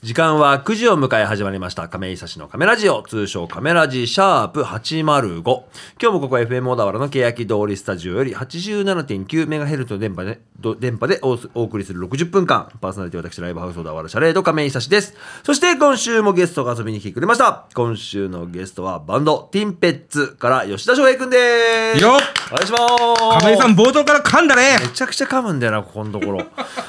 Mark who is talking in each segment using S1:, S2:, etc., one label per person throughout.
S1: 時間は9時を迎え始まりました亀井久志のカメラジオ通称カメラジシャープ805今日もここ FM 小田原の欅通りスタジオより 87.9MHz の電波でど電波でおお送りする60分間パーソナリティ私ライブハウス小田原シャレード亀井久志ですそして今週もゲストが遊びに来てくれました今週のゲストはバンドティンペッツから吉田翔平くんです
S2: よっ
S1: お願いします
S2: 亀井さん冒頭から噛んだね
S1: めちゃくちゃ噛むんだよなここのところ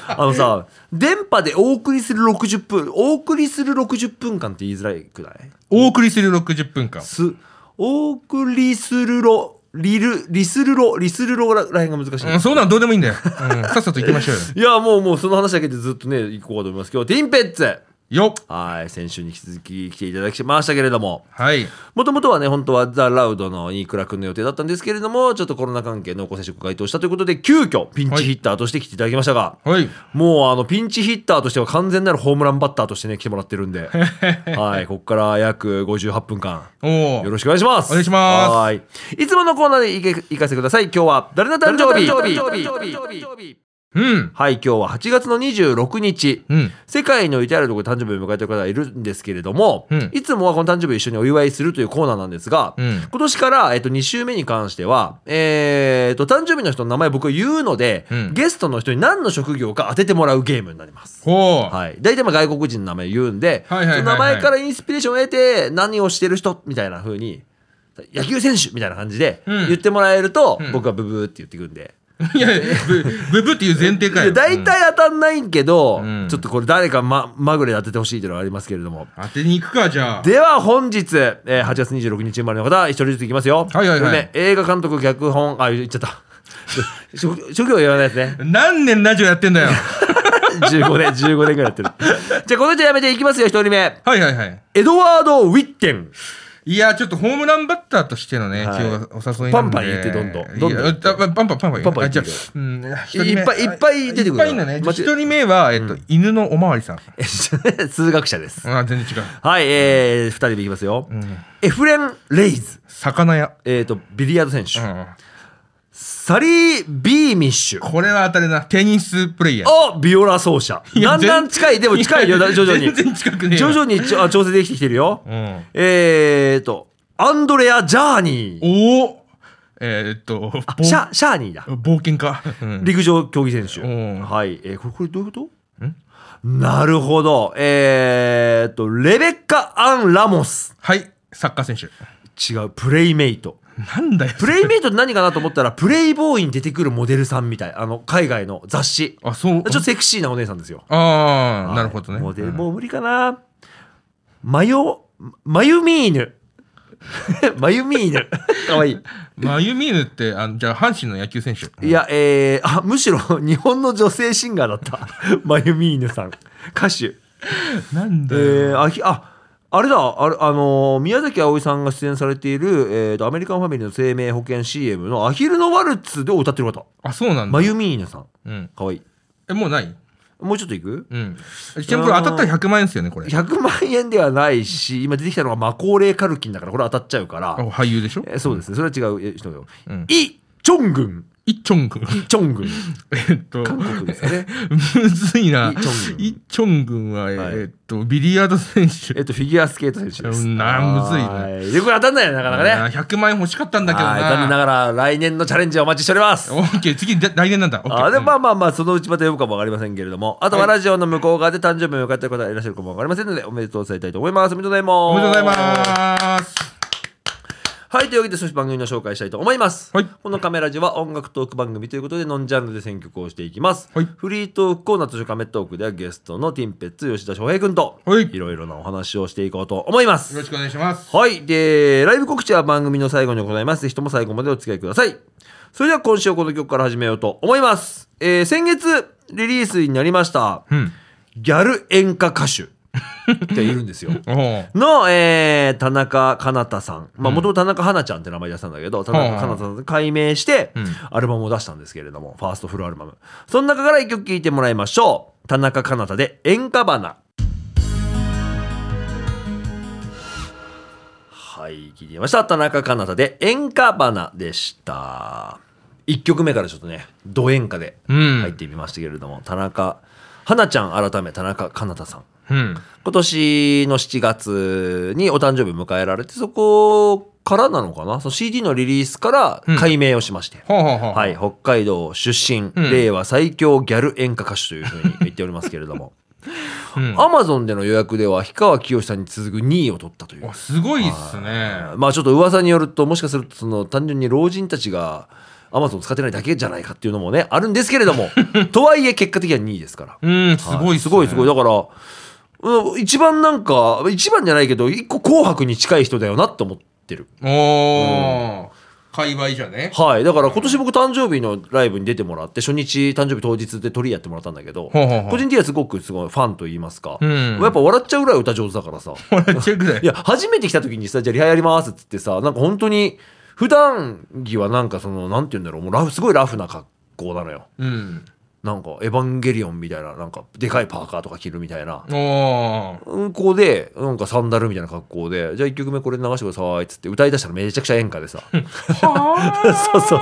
S1: あのさ電波でお送りする60分お送りする60分間って言いづらいくない
S2: お送りする60分間
S1: すお送りするろリルリスルロリスルロららへんが難しい、
S2: うん、そんなんどうでもいいんだよ、うん、さっさと行きましょうよ
S1: いやもうもうその話だけでずっとね行こうかと思いますけどティンペッツ
S2: よっ
S1: はい先週に引き続き来ていただきましたけれども
S2: はい
S1: もともとはね本当はザ・ラウドの飯倉君の予定だったんですけれどもちょっとコロナ関係濃厚接触該当したということで急遽ピンチヒッターとして来ていただきましたが、
S2: はい
S1: もうあのピンチヒッターとしては完全なるホームランバッターとしてね来てもらってるんで、 はい、ここから約58分間
S2: お
S1: よ
S2: お
S1: ろしくお願いします。
S2: お願いします
S1: はい。いつものコーナーでいけ行かせてください。今日は誰の誕生日？
S2: うん
S1: はい、今日は8月の26日。
S2: うん
S1: 世界の至るところで誕生日を迎えている方がいるんですけれども、
S2: うん
S1: いつもはこの誕生日を一緒にお祝いするというコーナーなんですが、
S2: うん
S1: 今年から、えっと、2週目に関しては、えーっと、誕生日の人の名前僕言うので、
S2: うん
S1: ゲストの人に何の職業か当ててもらうゲームになります。
S2: ほう、
S1: はい、大体まあ外国人の名前言うんで、
S2: はいはいはいはい
S1: その名前からインスピレーションを得て何をしてる人みたいな風に野球選手みたいな感じで
S2: うん
S1: 言ってもらえると、
S2: うん
S1: 僕はブブーって言ってくんで、
S2: い、やブブブっていう前提か
S1: で
S2: よ
S1: 大
S2: うん
S1: 体当たんないんけど、
S2: うん
S1: ちょっとこれ誰かままぐれで当ててほしいというのはありますけれども。
S2: 当てに行くかじゃあ
S1: では本日、えー8月26日生まれの方一人ずついきますよ。
S2: はいはいはい
S1: これね、映画監督脚本あ言っちゃった職職業言わないですね
S2: 何年ラジオやってんだよ
S1: 15年15年ぐらいやってるじゃあこの人やめていきますよ1人目
S2: はいはいはい
S1: エドワード・ウィッテン
S2: いやちょっとホームランバッターとしてのね、
S1: はい
S2: 一応お誘いな
S1: パン
S2: んで
S1: パン言ってどんどんどんどん言って
S2: いやあパンパンパンパン
S1: パンパン言って
S2: あじゃあ
S1: いいよ
S2: うん
S1: いっぱいいっぱい出てくる
S2: いっぱいいるのね
S1: 待
S2: 一
S1: って
S2: 人目は、えっと犬のおまわりさん
S1: え数学者です。
S2: あ全然違う
S1: はい、えー、2人でいきますよ。
S2: ん
S1: エフレン・レイズ、
S2: 魚屋、
S1: えー、とビリヤード選手、
S2: うん、
S1: サリー・ビーミッシュ、
S2: これは当たるなテニスプレイヤー
S1: おビオラ奏者。
S2: いや
S1: だんだん近い、でも近いよ、
S2: や
S1: 徐々に。
S2: 全然近くねえな
S1: 徐々にちょあ調整できてきてるよ。
S2: うん
S1: えーと、アンドレア・ジャーニー、
S2: おおえーっとぼ
S1: シャシャーニーだ。
S2: 冒険家、うん
S1: 陸上競技選手。
S2: うん
S1: はい、えーこれ、これどういうことなるほど。えーと、レベッカ・アン・ラモス。
S2: はいサッカー選手
S1: 違う、プレイメイト。
S2: なんだよ
S1: プレイメイトって何かなと思 ったら、プレイボーイに出てくるモデルさんみたい。あの、海外の雑誌。ちょ
S2: あそう
S1: っとセクシーなお姉さんですよ。
S2: あ
S1: は
S2: あ
S1: い
S2: なるほどね
S1: モデル、
S2: うん
S1: もう無理かな。マヨ、マユミー ヌ。マユミーヌ。かわいい。
S2: マユミーヌってあのじゃあ阪神の野球選手
S1: いや、えー、あ、むしろ日本の女性シンガーだった。 マユミーヌさん。歌手。
S2: なんだ
S1: え
S2: よ、
S1: ー、あひ、あ、あれだ、あれ、あのー宮崎葵さんが出演されている、えーと、アメリカンファミリーの生命保険 CM のアヒルのワルツで歌ってる方。
S2: あそうなんだ、
S1: マユミーヌさん。
S2: うん、
S1: かわいい。
S2: えもうない
S1: もうちょっといく
S2: うんちなみにこれ当たったら100万円ですよねこれ
S1: ?100 万円ではないし、今出てきたのがマコーレーカルキンだから、これ当たっちゃうから
S2: あ。俳優でしょ
S1: えそうですね。それは違うえ人よ。
S2: うん
S1: イ・チョングン。
S2: イ・チョングン
S1: イ・チョ ングン。
S2: えっと
S1: 韓国ですかね。
S2: むずいな
S1: イチョングン
S2: イ・チョングンはえ
S1: はい
S2: ーっとビリヤード選手
S1: えっと、フィギュアスケート選手です。
S2: うんなむずいね
S1: ね。で、これ当たんないよ、なかなかね。
S2: あ
S1: はい
S2: ー100万円欲しかったんだけど
S1: 残念な
S2: な
S1: がら、来年のチャレンジをお待ちしております。
S2: オッケー次だ来年なんだオッケー
S1: あでもま
S2: うん
S1: あまあまあ、そのうちまた呼ぶかもわかりませんけれども、あとは
S2: はい
S1: ラジオの向こう側で誕生日を迎えている方がいらっしゃるかもわかりませんので、おめでとう伝えたいと思います。おめでとうございます。
S2: お
S1: お
S2: めでとうございます
S1: はい、というわけで、そして番組の紹介したいと思います。
S2: はい
S1: このカメラジは音楽トーク番組ということで、ノンジャンルで選曲をしていきます。
S2: はい
S1: フリートークコーナーとしてカメトークではゲストのティンペッツ、吉田翔平君と、
S2: はい
S1: いろいろなお話をしていこうと思います
S2: よろ。しくお願いします
S1: はい。で、ライブ告知は番組の最後に行います。ぜひとも最後までお付き合いください。それでは今週はこの曲から始めようと思います。えー先月リリースになりました、
S2: うん
S1: ギャル演歌歌手っているんです よ。
S2: おお
S1: の、えー田中かなたさん。まあ、もともと田中花ちゃんって名前出したんだけど、田中かなたさんと改名して
S2: うん、
S1: アルバムを出したんですけれども、ファーストフルアルバム。その中から一曲聴いてもらいましょう。田中かなたで演歌花。はい、聴いてみました。田中かなたで演歌花でした。一曲目からちょっとね、ド演歌で
S2: うん
S1: 入ってみましたけれども、田中、花ちゃん改め田中かなたさん。
S2: うん。
S1: 今年の7月にお誕生日を迎えられて、そこからなのかなその CD のリリースから改名をしまして。
S2: ほうほうほう。
S1: はい、北海道出身、
S2: うん
S1: 令和最強ギャル演歌歌手というふうに言っておりますけれども、
S2: うん。
S1: アマゾンでの予約では、氷川きよしさんに続く2位を取ったという
S2: お。すごいっすね。
S1: まあちょっと噂によると、もしかすると、その単純に老人たちが、アマゾン使ってないだけじゃないかっていうのもね、あるんですけれ ども、とはいえ結果的には2位ですから。
S2: うん、すごいっすね。
S1: すごいすごい。だから、うん一番なんか、一番じゃないけど、一個紅白に近い人だよなって思ってる。
S2: おー。界隈じゃね。
S1: はい。だから今年僕誕生日のライブに出てもらって、初日誕生日当日で鳥やってもらったんだけど
S2: ほうほうほ、う
S1: 個人的にはすごくすごいファンと言いますか、
S2: うん
S1: やっぱ笑っちゃうぐらい歌上手だからさ。
S2: ほら、チェックだよ
S1: い。や、初めて来た時にさ、じゃあリハやりますっつってさ、なんか本当に、普段着はなんかその、なんて言うんだろう、もうラフ、すごいラフな格好なのよ。
S2: うん。
S1: なんか、エヴァンゲリオンみたいな、なんか、でかいパーカーとか着るみたいな。
S2: おー。
S1: うんこで、なんかサンダルみたいな格好で、じゃあ1曲目これ流してくださいっつって歌い出したらめちゃくちゃ演歌でさ。そうそうそう。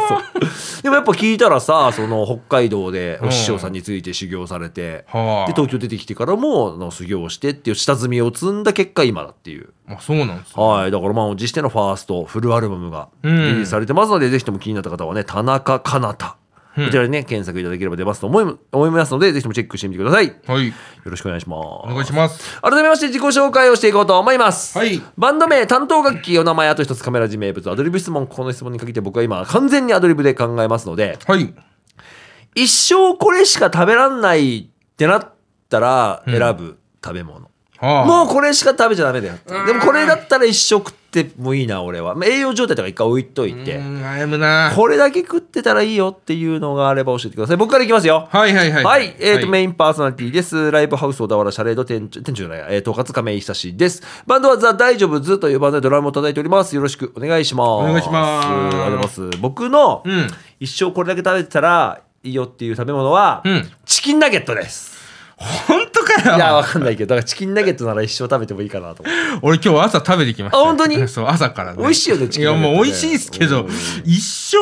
S1: でもやっぱ聞いたらさ、その北海道でお師匠さんについて修行されて、
S2: は
S1: で、東京出てきてからもあの修行をしてっていう下積みを積んだ結果今だっていう。
S2: あ。あ、そうなんですね
S1: はい。だから満を持してのファーストフルアルバムがリ
S2: うん
S1: リースされてますので、ぜひとも気になった方はね、田中かなた。
S2: うん
S1: こちらでね、検索いただければ出ますと思い思いますので、ぜひともチェックしてみてください。よ
S2: はい。
S1: ろしくお願いします。
S2: お願いします。
S1: 改めまして自己紹介をしていこうと思います。
S2: はい
S1: バンド名、担当楽器、お名前、あと一つカメラ字名物、アドリブ質問、この質問に限って僕は今完全にアドリブで考えますので、
S2: はい。
S1: 一生これしか食べらんないってなったら選ぶ食べ物。
S2: はあ。
S1: もうこれしか食べちゃダメだよ。でもこれだったら一生食ってもいいな、俺は。まあ栄養状態とか一回置いといて、
S2: うん、悩むな。
S1: これだけ食ってたらいいよっていうのがあれば教えてください。僕からいきますよ。
S2: はいはいはい。
S1: はい、えーと、メインパーソナリティです。ライブハウス小田原シャレード店長、店長じゃないや、えー、と、勝亀井久志です。バンドはザ・大丈夫ズというバンドでドラムを叩いております。よろしくお願いします。
S2: お願いします
S1: ありがとうございます。僕の、
S2: うん。
S1: 一生これだけ食べてたらいいよっていう食べ物は、
S2: うん
S1: チキンナゲット です。
S2: 本当かよ。
S1: いや、わかんないけど、だからチキンナゲットなら一生食べてもいいかなと思って。
S2: 俺今日朝食べてきました。
S1: あ本当に
S2: そう、朝からね。
S1: 美味しいよねチキン
S2: いや、もう
S1: ナゲットね
S2: 美味しいですけ
S1: う
S2: ど
S1: ん、
S2: 一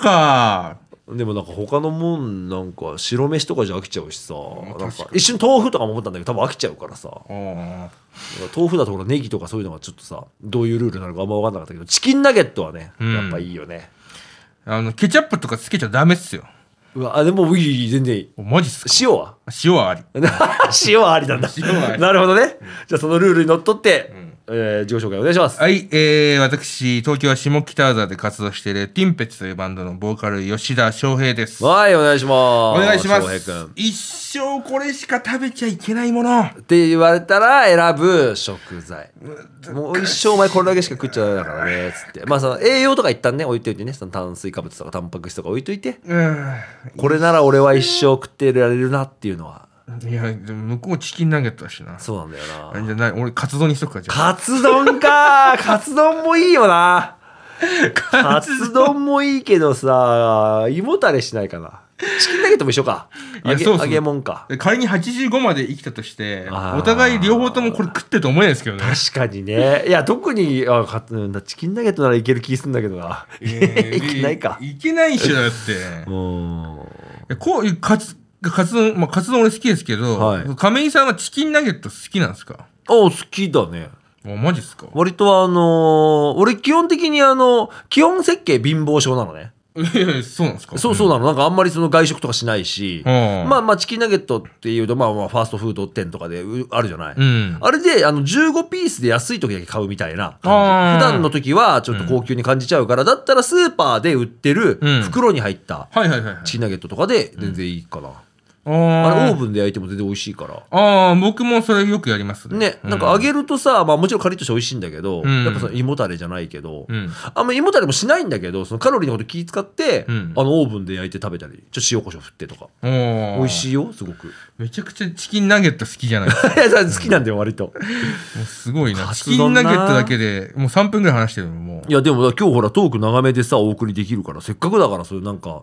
S2: 生か。
S1: でもなんか他のもんなんか白飯とかじゃ飽きちゃうしさ
S2: 確か
S1: なん
S2: に
S1: か一瞬豆腐とかも思ったんだけど多分飽きちゃうからさ
S2: おー
S1: 豆腐だとほらネギとかそういうのがちょっとさどういうルールなのかあんま分かんなかったけどチキンナゲットはね、
S2: うん
S1: やっぱいいよね
S2: あの、ケチャップとかつけちゃダメっすよ。
S1: うわあでもいいいい全然いい
S2: おマジっすか
S1: 塩は
S2: 塩はあり。
S1: 塩はありなんだ
S2: 塩はあり
S1: なるほどねじゃあそのルールにのっとって、えー自己紹介お願いします、
S2: はい、えー、私、東京は下北沢で活動しているティンペチというバンドのボーカル、吉田翔平です。お
S1: はいお願いします
S2: 願いしま
S1: 翔
S2: す
S1: 平君。
S2: 一生これしか食べちゃいけないもの。
S1: って言われたら選ぶ食材もう一生お前これだけしか食っちゃダメだからねつってまあその栄養とか一旦ね置いといてねその炭水化物とかタンパク質とか置いといて
S2: うん。
S1: これなら俺は一生食ってられるなっていうのはい
S2: や、でも向こうチキンナゲットだしな。
S1: そうなんだよな
S2: あれじゃない、俺、カツ丼にしとくか、じゃあ。
S1: カツ丼かカツ丼もいいよな カツ丼もいいけどさ胃もたれしないかなチキンナゲットも一緒か
S2: いや
S1: 揚げ
S2: そうそう
S1: 揚げもんか
S2: 仮に85まで生きたとして、
S1: あー
S2: お互い両方ともこれ食ってると思えないですけどね。
S1: 確かにねいや特にあカツうんチキンナゲットならいける気すんだけどな、 いけないか
S2: えーいけないっしょ、だっ
S1: う
S2: て。
S1: ん
S2: こういうカツ、カツ丼、まあ、カツ丼俺好きですけど、
S1: はい
S2: 亀井さんはチキンナゲット好きなんですか
S1: お好きだね
S2: あ、マジっすか
S1: 割とあのー俺基本的にあの基本設計貧乏症なのね
S2: ええそうなんですか
S1: そうそうなのなんかあんまりその外食とかしないし、
S2: うん
S1: まあまあチキンナゲットっていうとまあまあファーストフード店とかでうあるじゃない、
S2: うん。
S1: あれであの15ピースで安い時だけ買うみたいな
S2: あ
S1: 感
S2: ー
S1: じ普段の時はちょっと高級に感じちゃうから、だったらスーパーで売ってる
S2: うん
S1: 袋に入った
S2: はいはいはいはい。
S1: チキンナゲットとかで全然いいかな、
S2: あ
S1: あれオー
S2: ー
S1: ブンで焼いても全然美味しいから
S2: あー、僕もそれよくやりますね。
S1: ね、
S2: う
S1: なんか揚げるとさ、まあ、もちろんカリッとして美味しいんだけど、
S2: うん
S1: やっぱその胃もたれじゃないけど、
S2: うん。
S1: あんま胃もたれもしないんだけどそのカロリーのこと気使って、
S2: うん
S1: あのオーブンで焼いて食べたりちょっと塩コショウ振ってとか
S2: おー
S1: 美味しいよすごく い
S2: めちゃくちゃチキンナゲット好きじゃないですか。
S1: やそれ好きなんだよ割と
S2: もうすごいな。
S1: カ
S2: チ
S1: ツ
S2: キ
S1: 丼
S2: ン
S1: な
S2: ナゲットだけで、もう3分ぐらい話してるの、も
S1: いやでも今日ほらトーク長めでさお送りできるからせっかくだからそれなんか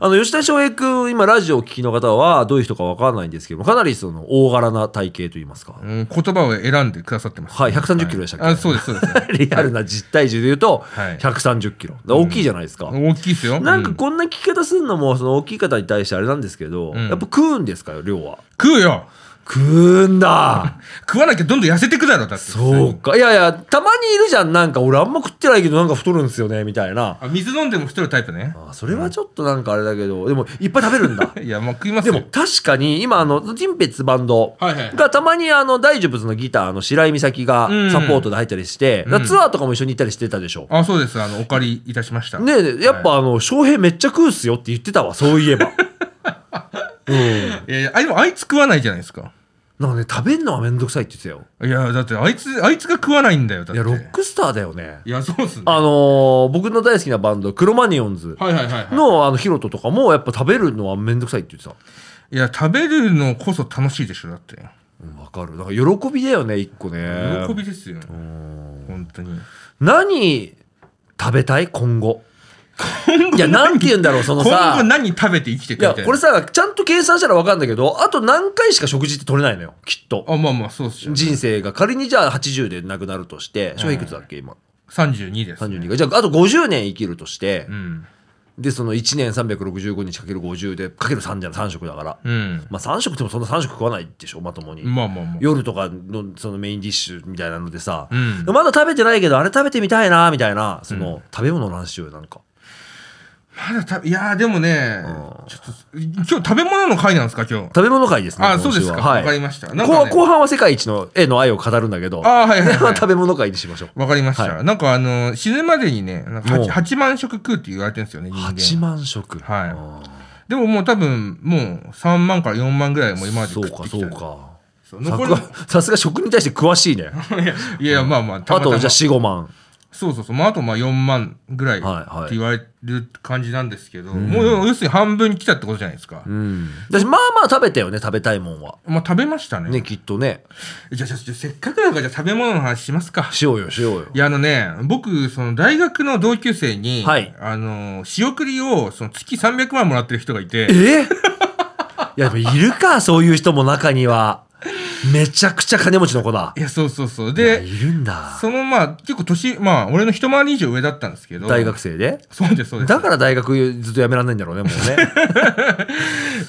S1: あの吉田翔平君今ラジオを聞きの方はどういう人か分かんないんですけどもかなりその大柄な体型といいますか、
S2: う。うん言葉を選んでくださってます。
S1: はい130キロでしたっけ
S2: あ、そうです、 そうです。
S1: リアルな実体重で言うと
S2: はい
S1: 130キロ、だから大きいじゃないですか、
S2: 大きいですよ。
S1: なんか
S2: う
S1: こんな聞き方するのもその大きい方に対してあれなんですけど、
S2: ん
S1: やっぱ食うんですかよ量は
S2: 食うよ
S1: 食うん だ
S2: 食わなきゃどんどん痩せてくだろだって
S1: そうかいやいやたまにいるじゃんなんか俺あんま食ってないけどなんか太るんですよねみたいな
S2: あ水飲んでも太るタイプね
S1: あそれはちょっとなんかあれだけどでもいっぱい食べ るんだ
S2: いやもう食います
S1: で
S2: よ
S1: も確かに今あのティンペツバンド
S2: はいはいはい
S1: がたまにあの大丈夫のギターの白井美咲が
S2: うん
S1: サポートで入ったりして、だからツアーとかも一緒に行ったりしてたでしょ、
S2: あそうですあのお借りいたしました
S1: ねえやっぱあの翔平めっちゃ食うっすよって言ってたわそういえ ばうん
S2: いやいやあでもあいつ食わないじゃないですか
S1: なんかね食べんのはめんどくさいって言って
S2: いやだってあいつあいつが食わないんだよだったて
S1: よいやロックスターだよね
S2: いやそうっすね
S1: あのー僕の大好きなバンドクロマニオンズ
S2: はいはいはい、はい、
S1: のあのヒロトとかもやっぱ食べるのはめんどくさいって言ってた
S2: いや食べるのこそ楽しいでしょだって
S1: うんわかるなんか喜びだよね一個ね
S2: 喜びですよ本当に
S1: 何食べたい今後いやなんて言うんだろうその
S2: 今
S1: さ
S2: 後何食べて生きて
S1: い
S2: くみ
S1: や
S2: たいな
S1: これさちゃんと計算したら分かるんだけどあと何回しか食事って取れないのよきっと
S2: あまあまあそうっすよ、ね、
S1: 人生が仮にじゃあ80で亡くなるとして翔平いくつだっけ今
S2: 32です、ね、
S1: 32がじゃああと50年生きるとして
S2: うん
S1: でその1年365日かける50でかける3じゃん3食だから
S2: うん
S1: まあ3食ってもそんな3食食わないでしょまともに
S2: まあまあまあ
S1: 夜とかのそのメインディッシュみたいなのでさ、
S2: うん
S1: まだ食べてないけどあれ食べてみたいなみたいなその、食べ物の話をなんか
S2: まだたいやーでもね
S1: う
S2: ちょっと今日食べ物の回なんですか今日
S1: 食べ物会ですね
S2: あ
S1: 今
S2: そう
S1: 週
S2: で
S1: は
S2: すか、
S1: は
S2: わ
S1: い
S2: かりましたなんか、
S1: 後
S2: ね、
S1: 後半は世界一の絵の愛を語るんだけど
S2: あーはいはいはい
S1: 前半 は食べ物会にしましょう
S2: わかりました、
S1: は
S2: なんかあの死ぬまでにねなんか
S1: もう
S2: 8, 8万食食うって言われてるんですよね人
S1: 8
S2: 間
S1: 万食
S2: はい
S1: あ
S2: でももう多分もう3万から4万ぐらいはもう今
S1: ー
S2: まで
S1: そ
S2: 食
S1: うか
S2: ってき
S1: そ
S2: た
S1: うか
S2: そう
S1: さ
S2: 残
S1: す
S2: り
S1: がさすが食に対して詳しいね
S2: いやいやまあまあ た
S1: あ
S2: またま
S1: とじゃあ45万
S2: そうそうそう、まあ、あとまあ4万ぐらいって
S1: はいはい
S2: 言われる感じなんですけど、もう要するに半分来たってことじゃないですか、
S1: うんだしまあまあ食べたよね食べたいもんは
S2: まあ食べましたね
S1: ねきっとね
S2: じゃあじゃあじゃあせっかくだからじゃあ食べ物の話しますか
S1: しようよしようよ
S2: いやあのね僕その大学の同級生に、
S1: はい
S2: あの仕送りをその月300万もらってる人がいて
S1: えい やでもいるかそういう人も中にはめちゃくちゃ金持ちの子だ
S2: いやそうそうそう
S1: いや
S2: で
S1: いるんだ
S2: そのまあ結構年まあ俺の一回り以上上だったんですけど
S1: 大学生で
S2: そうですそうです
S1: だから大学ずっとやめられないんだろうねもうね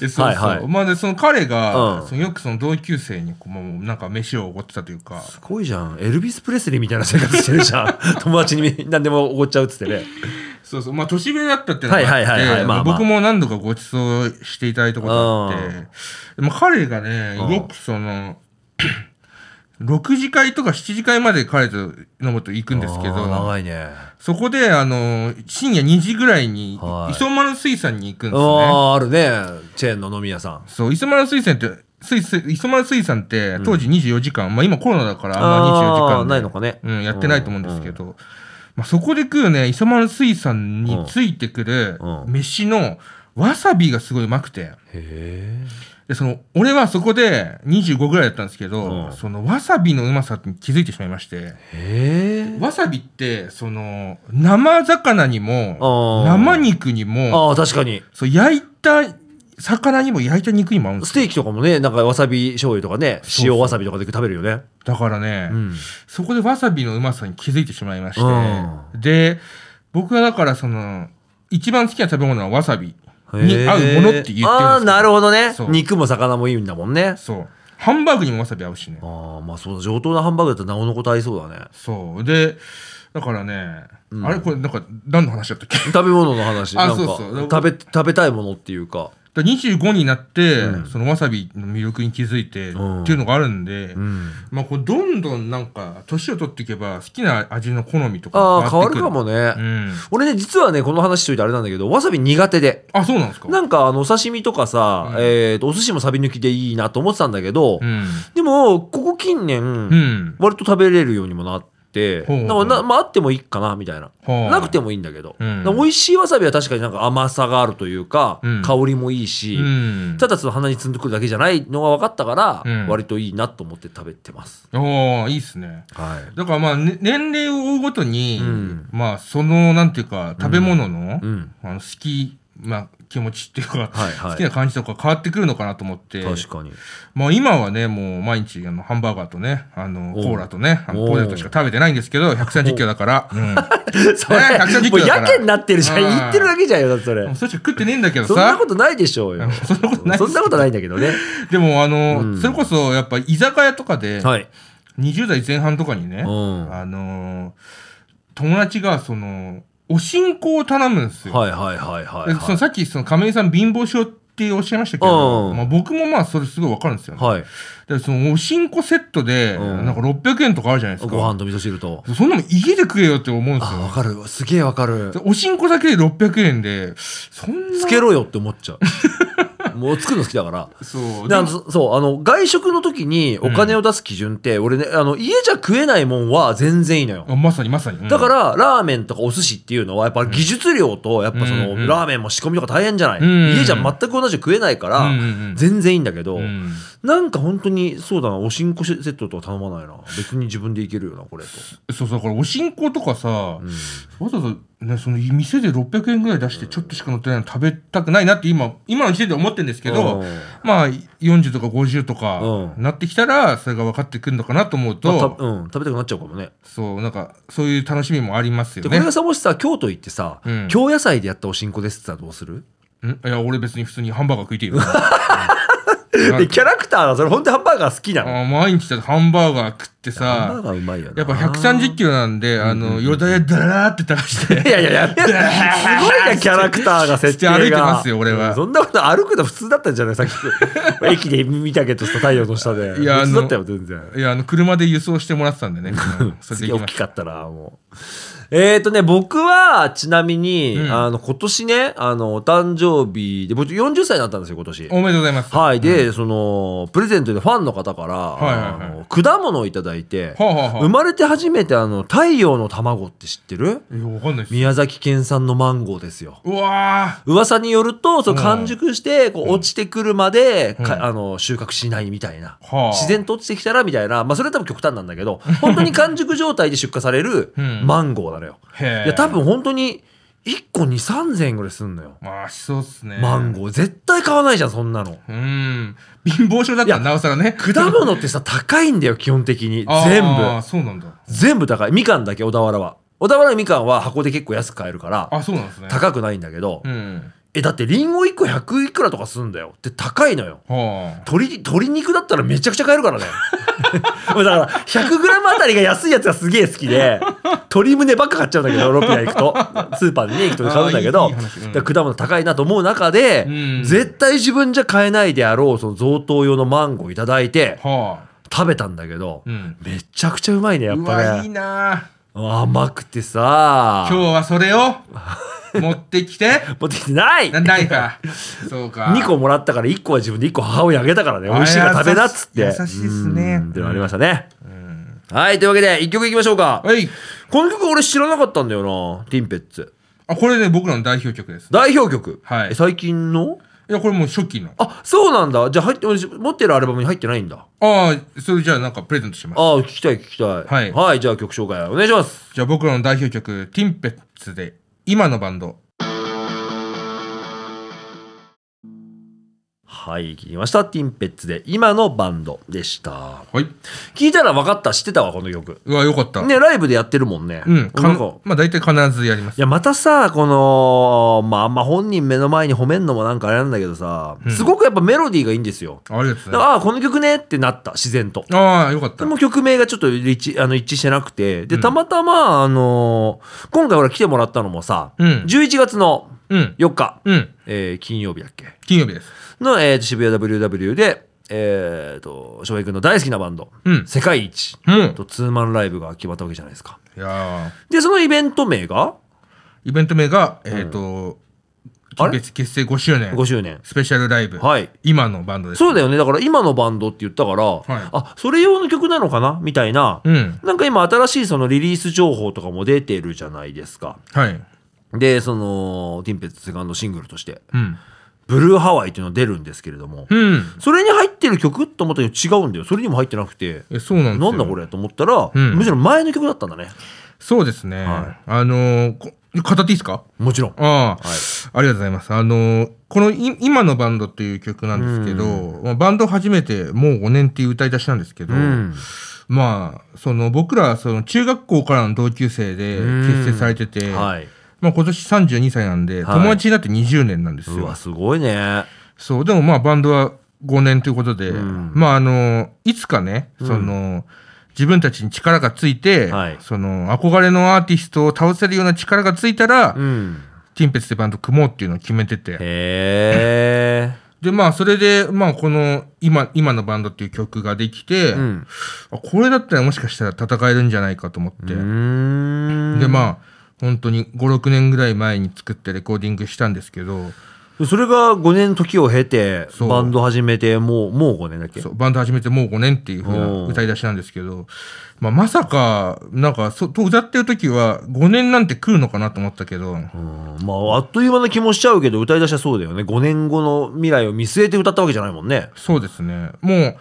S2: えそうそう、
S1: はいはい
S2: まあでその彼が、
S1: うん
S2: そのよくその同級生にこうもうなんか飯をおごってたというか
S1: すごいじゃんエルビス・プレスリーみたいな生活してるじ ゃん友達に何でもおごっちゃうっつってね
S2: そうそうまあ年上だったっていうのがあって、
S1: はいはいはいはいまあまあ
S2: 僕も何度かご馳走していただいたことあって、でも彼がね
S1: うん
S2: よくその 6次会とか7次会まで彼と飲むと行くんですけ
S1: あー
S2: ど
S1: 長いね
S2: そこであの深夜2時ぐらいに
S1: はい
S2: 磯丸水産に行くん
S1: あ
S2: ですね。
S1: あーあるねチェーンの飲み屋さん
S2: そう、磯丸水産って、水水磯丸水産って当時24時間、まあ今コロナだからあんま24時間
S1: あー
S2: で
S1: ないのかね
S2: うん、やってないと思うんですけど、まあそこで食うね、磯丸水産についてくる
S1: うんうん
S2: 飯のわさびがすごいうまくて、
S1: へ
S2: で、その、俺はそこで25ぐらいだったんですけど、
S1: うん
S2: そのわさびのうまさに気づいてしまいまして、
S1: えへえ
S2: わさびって、その、生魚にも、
S1: あー
S2: 生肉にも、
S1: ああ確かに
S2: そう、焼いた、魚にも焼いた肉にも合うんですよ
S1: ステーキとかもねなんかわさび醤油とかね
S2: そうそう
S1: 塩わさびとかで食べるよね
S2: だからね、
S1: うん
S2: そこでわさびのうまさに気づいてしまいまして、
S1: う
S2: で僕はだからその一番好きな食べ物はわさび
S1: へ
S2: に
S1: ー
S2: 合うものって言ってるんですけど
S1: ああなるほどね
S2: そう
S1: 肉も魚もいいんだもんね
S2: そうハンバーグにもわさび合うしね
S1: ああまあそうだ上等なハンバーグだったらなおのこと合いそうだね
S2: そうでだからね、
S1: うん
S2: あれこれなんか何の話だったっけ
S1: 食べ物の話
S2: あ
S1: なんか
S2: そうそう
S1: 食べ食べたいものっていうか
S2: だ25になって、
S1: うん
S2: そのわさびの魅力に気づいて、
S1: うん
S2: っていうのがあるんで、
S1: うん
S2: まあこうどんどんなんか年を取っていけば好きな味の好みとか
S1: ああ変わ
S2: って
S1: る
S2: く
S1: かもね、
S2: うん
S1: 俺ね実はねこの話しといてあれなんだけどわさび苦手で
S2: あそうなんですか
S1: なんかあのお刺身とかさ、
S2: うん
S1: えーとお寿司もサビ抜きでいいなと思ってたんだけど、
S2: うん
S1: でもここ近年、
S2: うん
S1: 割と食べれるようにもなって、
S2: ほう
S1: なんかなまああってもいいかなみたいな、
S2: はあ
S1: なくてもいいんだけど、
S2: うん
S1: だから美味しいわさびは確かになんか甘さがあるというか、
S2: うん
S1: 香りもいいし、
S2: うん
S1: ただその鼻に積んでくるだけじゃないのが分かったから、
S2: うん
S1: 割といいなと思って食べてます。
S2: おーいいっすね
S1: はい
S2: だからまあ、ね年齢を追うごとに、
S1: うん
S2: まあそのなんていうか食べ物の,、
S1: うん
S2: あの好き、まあ、気持ちっていうか、
S1: はいはい
S2: 好きな感じとか変わってくるのかなと思って
S1: 確かに。
S2: まあ、今はねもう毎日あのハンバーガーとねあの
S1: おう
S2: コーラとねあの
S1: おう
S2: ポテトしか食べてないんですけど130キロだから、うん、
S1: そ
S2: ね130
S1: れ、
S2: キ
S1: もう
S2: ロだから
S1: やけになってるじゃん。
S2: うん
S1: 言ってるだけじゃんよ、だって それ
S2: もう。それしか食ってねえんだけど
S1: そんな
S2: さ
S1: ことないでしょうよ。そんなこと
S2: な い
S1: そんなことないんだけどね。
S2: でもあの、
S1: うん
S2: それこそやっぱ居酒屋とかで、
S1: はい。
S2: 20代前半とかにね、
S1: うん
S2: あのー友達がそのお信仰を頼むんですよ、
S1: はいはいはいはい
S2: でそのさっきその亀井さん貧乏症っておっしゃいましたけ
S1: う
S2: ど、
S1: ん
S2: まあ、僕もまあそれすごいわかるんですよ、ね
S1: はい。はい。
S2: でそのおしんこセットで
S1: うん
S2: なんか600円とかあるじゃないですか
S1: ご飯と味噌汁と。
S2: そんなもん家で食えよって思うんです
S1: あ、わ
S2: よ
S1: かる。すげえわかる。
S2: でおしんこだけで600円でそん
S1: つ
S2: な
S1: けろよって思っちゃう。もう作るの好きだから。
S2: そう
S1: で
S2: で
S1: あのそそう、あの、外食の時にお金を出す基準って、俺ね、あの、家じゃ食えないもんは全然いいのよ。
S2: あまさにまさに、うん
S1: だから、ラーメンとかお寿司っていうのは、やっぱ技術量と、やっぱその、
S2: うんうん
S1: ラーメンも仕込みとか大変じゃない、
S2: うん
S1: 家じゃ全く同じ食えないから、
S2: うんうん
S1: 全然いいんだけど、
S2: うん
S1: なんか本当に、そうだな、おしんこセットとは頼まないな。別に自分でいけるよな、これと。
S2: そうそうだからおしんことかさ、わざわざ、ね、その店で600円ぐらい出してちょっとしか乗ってないの食べたくないなって今今の時点で思ってるんですけど、
S1: うん
S2: まあ40とか50とか
S1: うん
S2: なってきたらそれが分かってくるのかなと思うと、
S1: まあたうん、食べたくなっちゃうかもね。
S2: そうなんかそういう楽しみもありますよ
S1: で、これ
S2: ね
S1: が。さ、もしさ、京都行ってさ、
S2: うん
S1: 京野菜でやったおしんこですってさ、どうする
S2: んいや俺別に普通にハンバーガー食いてるよ。 うん
S1: で、キャラクターが、それ本当にハンバーガー好きなの。
S2: あー毎日だってハンバーガー食って
S1: ハンバー
S2: さ
S1: ガーうまいよな。
S2: やっぱ130キロなんであのよだれだらーって垂らして
S1: いやい や、やめろすごいな、キャラクターが設定が。
S2: 歩いてますよ俺は
S1: うんそんなこと歩くの普通だったんじゃないさっ き。駅で見たけどさ、太陽の下で。
S2: いやあ
S1: 普通
S2: の
S1: だったよ、全然。
S2: いやあの車で輸送してもらってたん でね、うんそれ
S1: す
S2: で
S1: げえ
S2: 行
S1: 大
S2: きま
S1: き
S2: し
S1: かったな、もう。えーとね、僕は、ちなみに、
S2: うん
S1: あの、今年ね、あの、お誕生日で、僕40歳になったんですよ、今年
S2: た。おめでとうございます。
S1: はい。で、その、プレゼントでファンの方から、
S2: いはいはい
S1: あの果物をいただいて、
S2: はあはあはあ
S1: 生まれて初めて、あの、太陽の卵って知ってる
S2: いや、わかんないです。
S1: 宮崎県産のマンゴーですよ。
S2: うわ
S1: 噂によるとその
S2: うん
S1: 完熟してこう落ちてくるまでか
S2: うん
S1: あの収穫しないみたいな、
S2: はあ
S1: 自然と落ちてきたらみたいな、まあ、それは多分極端なんだけ ど本当に完熟状態で出荷される
S2: うん
S1: マンゴーなのよ。
S2: ーへえ。
S1: いや多。分本当に1個2 3千円ぐらいすんのよ
S2: まあ、しそうっすね。
S1: マンゴー絶対買わないじゃんそんな の。
S2: ー。うん。貧乏症だったら
S1: いや
S2: なおさらね。
S1: 果物ってさ高いんだよ基本的に
S2: あー
S1: 全部
S2: そうなんだ。
S1: 全部高いみかんだけ小田原は小田原のみかんは箱で結構安く買えるから
S2: あ、そうなんですね。
S1: 高くないんだけど、
S2: うん。
S1: えだってりんご1個100いくらとかすんだよって高いのよ。
S2: は
S1: 鶏鶏肉だったらめちゃくちゃ買えるからね もうだから 100g あたりが安いやつがすげえ好きで鶏胸ばっか買っちゃうんだけどロピア行くとスーパーでね行くと買うんだけ
S2: あー
S1: ど
S2: いいいい話う
S1: だ
S2: ん
S1: から果物高いなと思う中で、
S2: うん
S1: 絶対自分じゃ買えないであろうその贈答用のマンゴーいただいて
S2: あ。は
S1: 食べたんだけど、
S2: あ。うん。
S1: めちゃくちゃうまいねやっ
S2: うわ、
S1: ぱ
S2: いい
S1: ね
S2: な
S1: 甘くてさ
S2: ー今日はそれを持って きて。
S1: 持ってきてない
S2: なないか。そうか。
S1: 2個もらったから1個は自分で1個母親にあげたからね美味しいから食べなっつって
S2: 優しい優しいっすね
S1: うんってのありましたね、はいというわけで1曲いきましょうか
S2: はい。
S1: この曲俺知らなかったんだよなティンペッツ
S2: あ、これね、僕らの代表曲です。
S1: 代表曲、
S2: はい
S1: え最近の
S2: いや、これもう初期の。
S1: あそうなんだじゃあ入って俺持ってるアルバムに入ってないんだ
S2: ああ、それじゃあなんかプレゼントします。
S1: ああ聞きたい聞きたい
S2: はい
S1: じゃあ曲紹介お願いします
S2: じゃあ僕らの代表曲「ティンペッツ」で今のバンド
S1: はい聞きましたティンペッツで今のバンドでした
S2: はい
S1: 聞いたら分かった知ってたわこの曲
S2: うわよかった、
S1: ねライブでやってるもんね
S2: うんか
S1: なんか
S2: まあ大体必ずやりま
S1: い
S2: す
S1: やまたさこのまああんま本人目の前に褒めんのもなんかあれなんだけどさ、
S2: うん
S1: すごくやっぱメロディーがいいんですよ、
S2: ありがとうご
S1: だ
S2: ざい
S1: か
S2: ま
S1: らあーこの曲ねってなった自然と
S2: すああよかっ
S1: で
S2: た
S1: も曲名がちょっと一致あの一致してなくてで
S2: うん
S1: たまたま、あのー今回ほら来てもらったのもさ、
S2: うん
S1: 11月の
S2: うん
S1: 4日、
S2: うん
S1: えー金曜日だっけ
S2: 金曜日です
S1: の、えーと渋谷 WW でえー、と翔平君の大好きなバンド、
S2: うん
S1: 世界一
S2: うん
S1: とツーマンライブが決まったわけじゃないですか
S2: いやー
S1: でそのイベント名が
S2: イベント名がえっ、と「
S1: あ
S2: 金
S1: れ
S2: 別結成5周年
S1: 5周年
S2: スペシャルライブ」
S1: はい
S2: 今のバンドです
S1: そうだよね。だから今のバンドって言ったから、
S2: い
S1: あ、それ用の曲なのかなみたいな。
S2: うん
S1: なんか今新しいそのリリース情報とかも出てるじゃないですか。
S2: はい
S1: で、その、ティンペッツセカンドシングルとして、
S2: うん
S1: ブルーハワイっていうのが出るんですけれども、
S2: うん
S1: それに入ってる曲と思ったけど違うんだよ。それにも入ってなくて、
S2: えそうなんです
S1: な
S2: よ
S1: んだこれと思ったら、
S2: うん
S1: むしろ前の曲だったんだね。
S2: そうですね、
S1: は
S2: あのーこ語っていいですか
S1: もちろん。
S2: ああ、ありがとうございます。あのーこのい今のバンドっていう曲なんですけど、まあバンド初めてもう5年っていう歌い出しなんですけど、
S1: うん。
S2: まあ、その僕ら、その中学校からの同級生で
S1: うん
S2: 結成されてて、
S1: はい。
S2: まあ今年32歳なんで、
S1: はい
S2: 友達になって20年なんです
S1: う
S2: よ。
S1: わ、すごいね。
S2: そう、でもまあバンドは5年ということで、
S1: ん
S2: まああの、いつかね、その、自分たちに力がついて、
S1: はい
S2: その憧れのアーティストを倒せるような力がついたら、
S1: うん。
S2: ティンペスでバンド組もうっていうのを決めてて、
S1: へ
S2: でまあそれで、まあこの今、今のバンドっていう曲ができて、
S1: え。うん。
S2: あこれだったらもしかしたら戦えるんじゃないかと思って、
S1: うーん
S2: でまあ本当に56年ぐらい前に作ってレコーディングしたんですけど
S1: それが5年時を経て
S2: そう
S1: バンド始めてもうもう5年だっけ
S2: そうバンド始めてもう5年っていうふう
S1: お
S2: な
S1: う
S2: 歌い出しなんですけど、まあ、まさかなんかそと歌ってる時は5年なんて来るのかなと思ったけど
S1: うんまああっという間な気もしちゃうけど歌い出しはそうだよね5年後の未来を見据えて歌ったわけじゃないもんね
S2: そうですねもう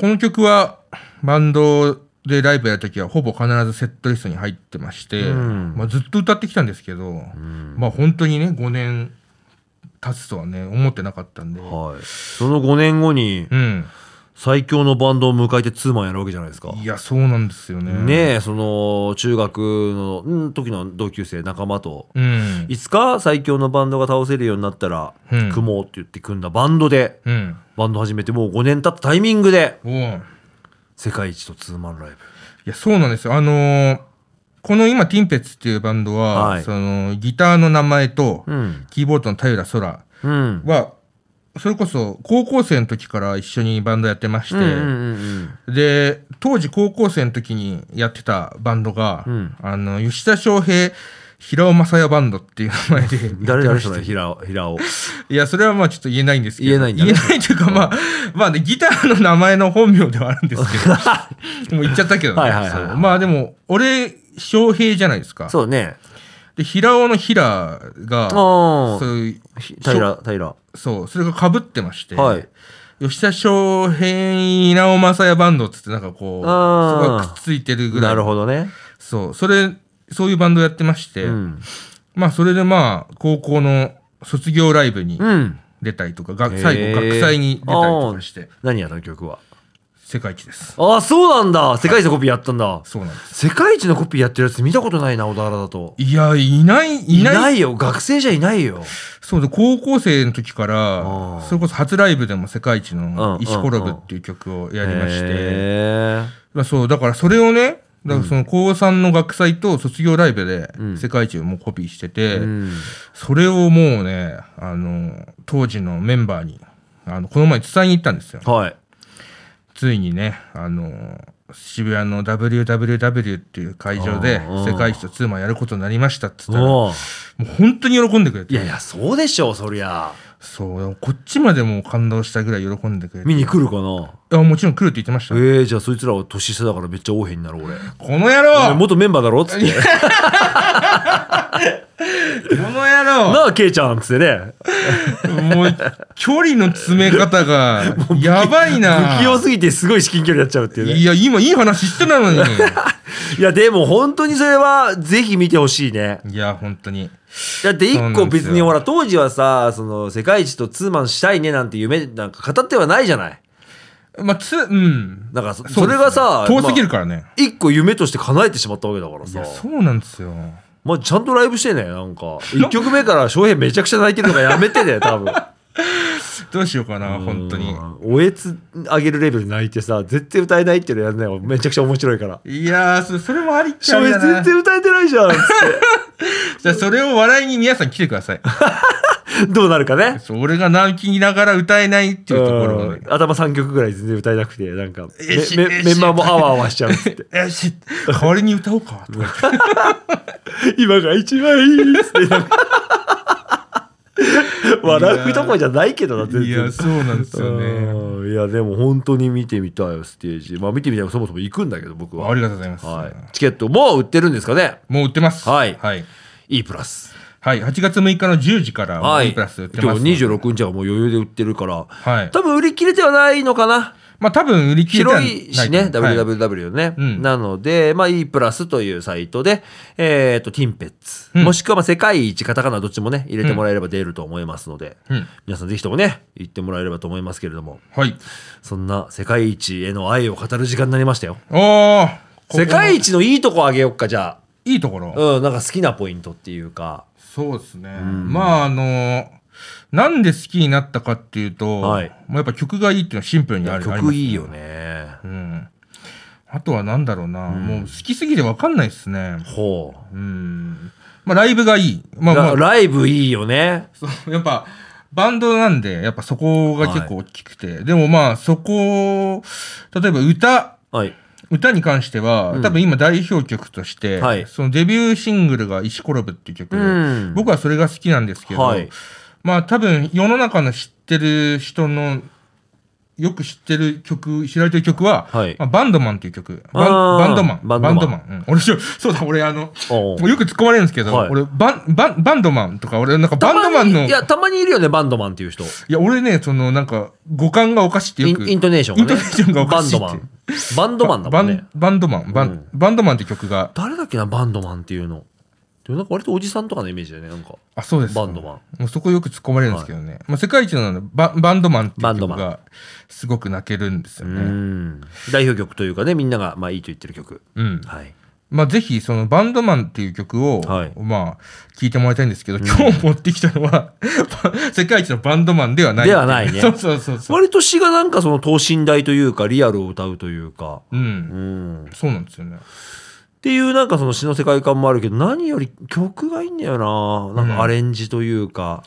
S2: この曲はバンドでライブやる時はほぼ必ずセットリストに入ってまして、
S1: うん
S2: まあ、ずっと歌ってきたんですけど、まあ本当にね5年経つとはね思ってなかったんで。
S1: はいその5年後に
S2: うん
S1: 最強のバンドを迎えてツーマンやるわけじゃないですか
S2: いや、そうなんですよね。
S1: ねえその中学のうん時の同級生仲間と
S2: うん。
S1: いつか最強のバンドが倒せるようになったら
S2: うん
S1: 組もうって言って組んだバンドで
S2: うん。
S1: バンド始めてもう5年経ったタイミングで
S2: おうい
S1: 世界一とツーマンライブ
S2: や、そうなんですよ。あのーこの今、ティンペツっていうバンドは、
S1: はい
S2: その、ギターの名前と、
S1: うん
S2: キーボードの平空
S1: うん
S2: は、それこそ、高校生の時から一緒にバンドやってまして、
S1: うん
S2: で、当時高校生の時にやってたバンドが、
S1: ん
S2: あの、吉田翔平、平尾正也バンドっていう名前でやってまし て。
S1: 誰誰それ平尾平 尾
S2: いや、それはまあちょっと言えないんですけど。
S1: 言えないんだね
S2: 言えないというか、まあ、まあね、ギターの名前の本名ではあるんです けど。もう言っちゃったけどね。
S1: はいはいはいはい
S2: そうまあでも、俺、翔平じゃないですか。
S1: そうね
S2: で、平尾の平が、
S1: ああ
S2: そういう、
S1: 平平
S2: そう、それが被ってまして。
S1: はい
S2: 吉田翔平、稲尾正也バンドっつってなんかこう、
S1: あー
S2: そこがくっついてるぐらい。
S1: なるほどね
S2: そう、それ、そういうバンドやってまして、
S1: うん
S2: まあそれでまあ、高校の卒業ライブに、
S1: うん
S2: 出たりとか、が
S1: へー
S2: 最後学祭に出たりとかして
S1: 何やったの曲は
S2: 世界一です
S1: ああそうなんだ世界一のコピーやったんだ
S2: そうなんです
S1: 世界一のコピーやってるやつ見たことないな小田原だと
S2: いやいないい
S1: い
S2: ない
S1: ないよ学生じゃいないよ
S2: そうで高校生の時か
S1: あー
S2: らそれこそ初ライブでも「世界一
S1: う
S2: の
S1: ん
S2: 石ころぶ」っていう曲をやりまして、
S1: へ
S2: まあ、そうだからそれをねだからその高3の学祭と卒業ライブで「世界一」をもうコピーしてて、
S1: えうん
S2: それをもうねあの当時のメンバーにあのこの前伝えに行ったんですよ
S1: はい
S2: ついにね、あの渋谷の WWW っていう会場で
S1: うんうん
S2: 世界一とツーマンやることになりましたっつったらも
S1: おう
S2: う本当に喜んでくれ
S1: い
S2: て
S1: やいやそうでしょうそりゃ
S2: そうこっちまでもう感動したぐらい喜んでくれて
S1: 見に来るかな
S2: あもちろん来るって言ってました
S1: ええじゃあそいつらは年下だからめっちゃ横柄になる俺
S2: この野
S1: 俺
S2: 郎こ
S1: 元メンバーだろっつって
S2: の野 郎
S1: なあケイちゃんっつってね
S2: もう距離の詰め 方がやばいな
S1: 不器用すぎてすごい至近距離やっちゃうっていうね
S2: いや今いい話してたのに
S1: いやでも本当にそれはぜひ見てほしいね
S2: いや本当に
S1: だって
S2: そう
S1: 一
S2: な
S1: 個
S2: んですよ
S1: 別にほら当時はさその世界一とツーマンしたいねなんて夢なんか語ってはないじゃない
S2: まあつうん
S1: だからそ,、
S2: うですね
S1: れがさ
S2: 遠すぎる
S1: まあ
S2: からね、
S1: 一個夢として叶えてしまったわけだから
S2: いや
S1: さ、
S2: そうなんですよ
S1: まあ、ちゃんとライブしてねなんか1曲目から翔平めちゃくちゃ泣いてるのがやめてね多分
S2: どうしようかな本当に
S1: うんおえつ上げるレベルで泣いてさ絶対歌えないっていうのやんないよめちゃくちゃ面白いから
S2: いやーそ、それもありっちゃ
S1: 翔
S2: あり
S1: 平
S2: だな
S1: 全然歌えてないじゃんっつ
S2: じゃあそれを笑いに皆さん来てください。
S1: ってどうなるかね
S2: そう俺が泣きながら歌えないっていうところをね
S1: うん頭3曲ぐらい全然歌えなくてなんか
S2: えし
S1: めめ
S2: えし
S1: メンバーもあわあわしちゃうっつって
S2: よし、代わりに歌お うか。とか言って
S1: 今が一番いいっつってなんか笑うとこじゃないけどな全
S2: い
S1: 然
S2: や、そうなんですよね。
S1: うんいやでも本当に見てみたいよステージまあ見てみたいよそもそも行くんだけど僕は
S2: ありがとうございます。
S1: はい、チケットもう売ってるんですかね
S2: もう売ってます。
S1: はい
S2: はい。
S1: E プラス
S2: はい。8月6日の10時から、
S1: はい
S2: プラス売って
S1: 今
S2: ます。
S1: 日26日はもう余裕で売ってるから、
S2: はい
S1: 多分売り切れてはないのかな
S2: ままあ多分売り切れてはな
S1: 広
S2: と思う
S1: いしね、
S2: はい
S1: WWW ね、
S2: うん
S1: なので、まあ、E プラスというサイトで、えっ、と、ティンペッツ、
S2: うん
S1: もしくは、まあ、世界一カタカナどっちもね、入れてもらえれば出ると思いますので、
S2: うん
S1: 皆さんぜひともね、行ってもらえればと思いますけれども、
S2: はい。
S1: そんな世界一への愛を語る時間になりましたよ。
S2: おーここ
S1: 世界一のいいとこあげよっか、じゃ
S2: いいところ、
S1: あ。うん、なんか好きなポイントっていうか、
S2: そうですね。まああのなんで好きになったかっていうと、
S1: はい
S2: もうやっぱ曲がいいっていうのはシンプルにあるありま
S1: 曲
S2: す
S1: いいよね。
S2: うん。あとはなんだろうな、もう好きすぎてわかんないですね。
S1: ほう。
S2: うん。まあライブがいい。まあま
S1: ラ
S2: あ、
S1: ライブいいよね。
S2: そうやっぱバンドなんで、やっぱそこが結構大きくて。でもまあそこ、例えば歌、
S1: はい。
S2: 歌に関しては、
S1: うん
S2: 多分今代表曲として、
S1: はい
S2: そのデビューシングルが「石ころぶ」っていう曲で、
S1: うん
S2: 僕はそれが好きなんですけど、
S1: はい
S2: まあ多分世の中の知ってる人のよく知ってる曲知られてる曲は、
S1: はい
S2: まあ、バンドマンっていう曲バン
S1: あー
S2: バンドマン
S1: バンドマン
S2: うん俺しょそうだ俺あの
S1: おう
S2: よく突っ込まれるんですけど、
S1: はい
S2: 俺バンバンバンドマンとか俺なんかバンド
S1: たま
S2: マンの
S1: にいや、たまにいるよね、バンドマンっていう人。
S2: いや俺ねそのなんか五感がおかしいって
S1: イ
S2: よ
S1: ン
S2: く
S1: イントネーションが、ね、
S2: イントネーションがおかしいって
S1: バンドマンバンドマンだもんね
S2: バンバンドマンバン,、バンドマンって曲が
S1: 誰だっけなバンドマンっていうのでもなんか割とおじさんとかのイメージだよねなんか
S2: あそうです
S1: バンドマン
S2: もうそこよく突っ込まれるんですけどね、まあ、世界一なのでババンドマンってい
S1: バ
S2: う
S1: ンドマ
S2: 曲
S1: ン
S2: がすごく泣けるんですよ
S1: う
S2: ね
S1: ん代表曲というかねみんながまあいいと言ってる曲
S2: うん
S1: はい
S2: まあぜひそのバンドマンっていう曲を、
S1: はい
S2: まあ聴いてもらいたいんですけど、今日持ってきたのは 世界一のバンドマンではない
S1: ではないね
S2: そうそうそうそう
S1: 割と詩がなんかその等身大というかリアルを歌うというか
S2: う
S1: うんんっ
S2: そうなんですよね
S1: ていうなんかその詩の世界観もあるけど何より曲がいいんだよななんかアレンジというか、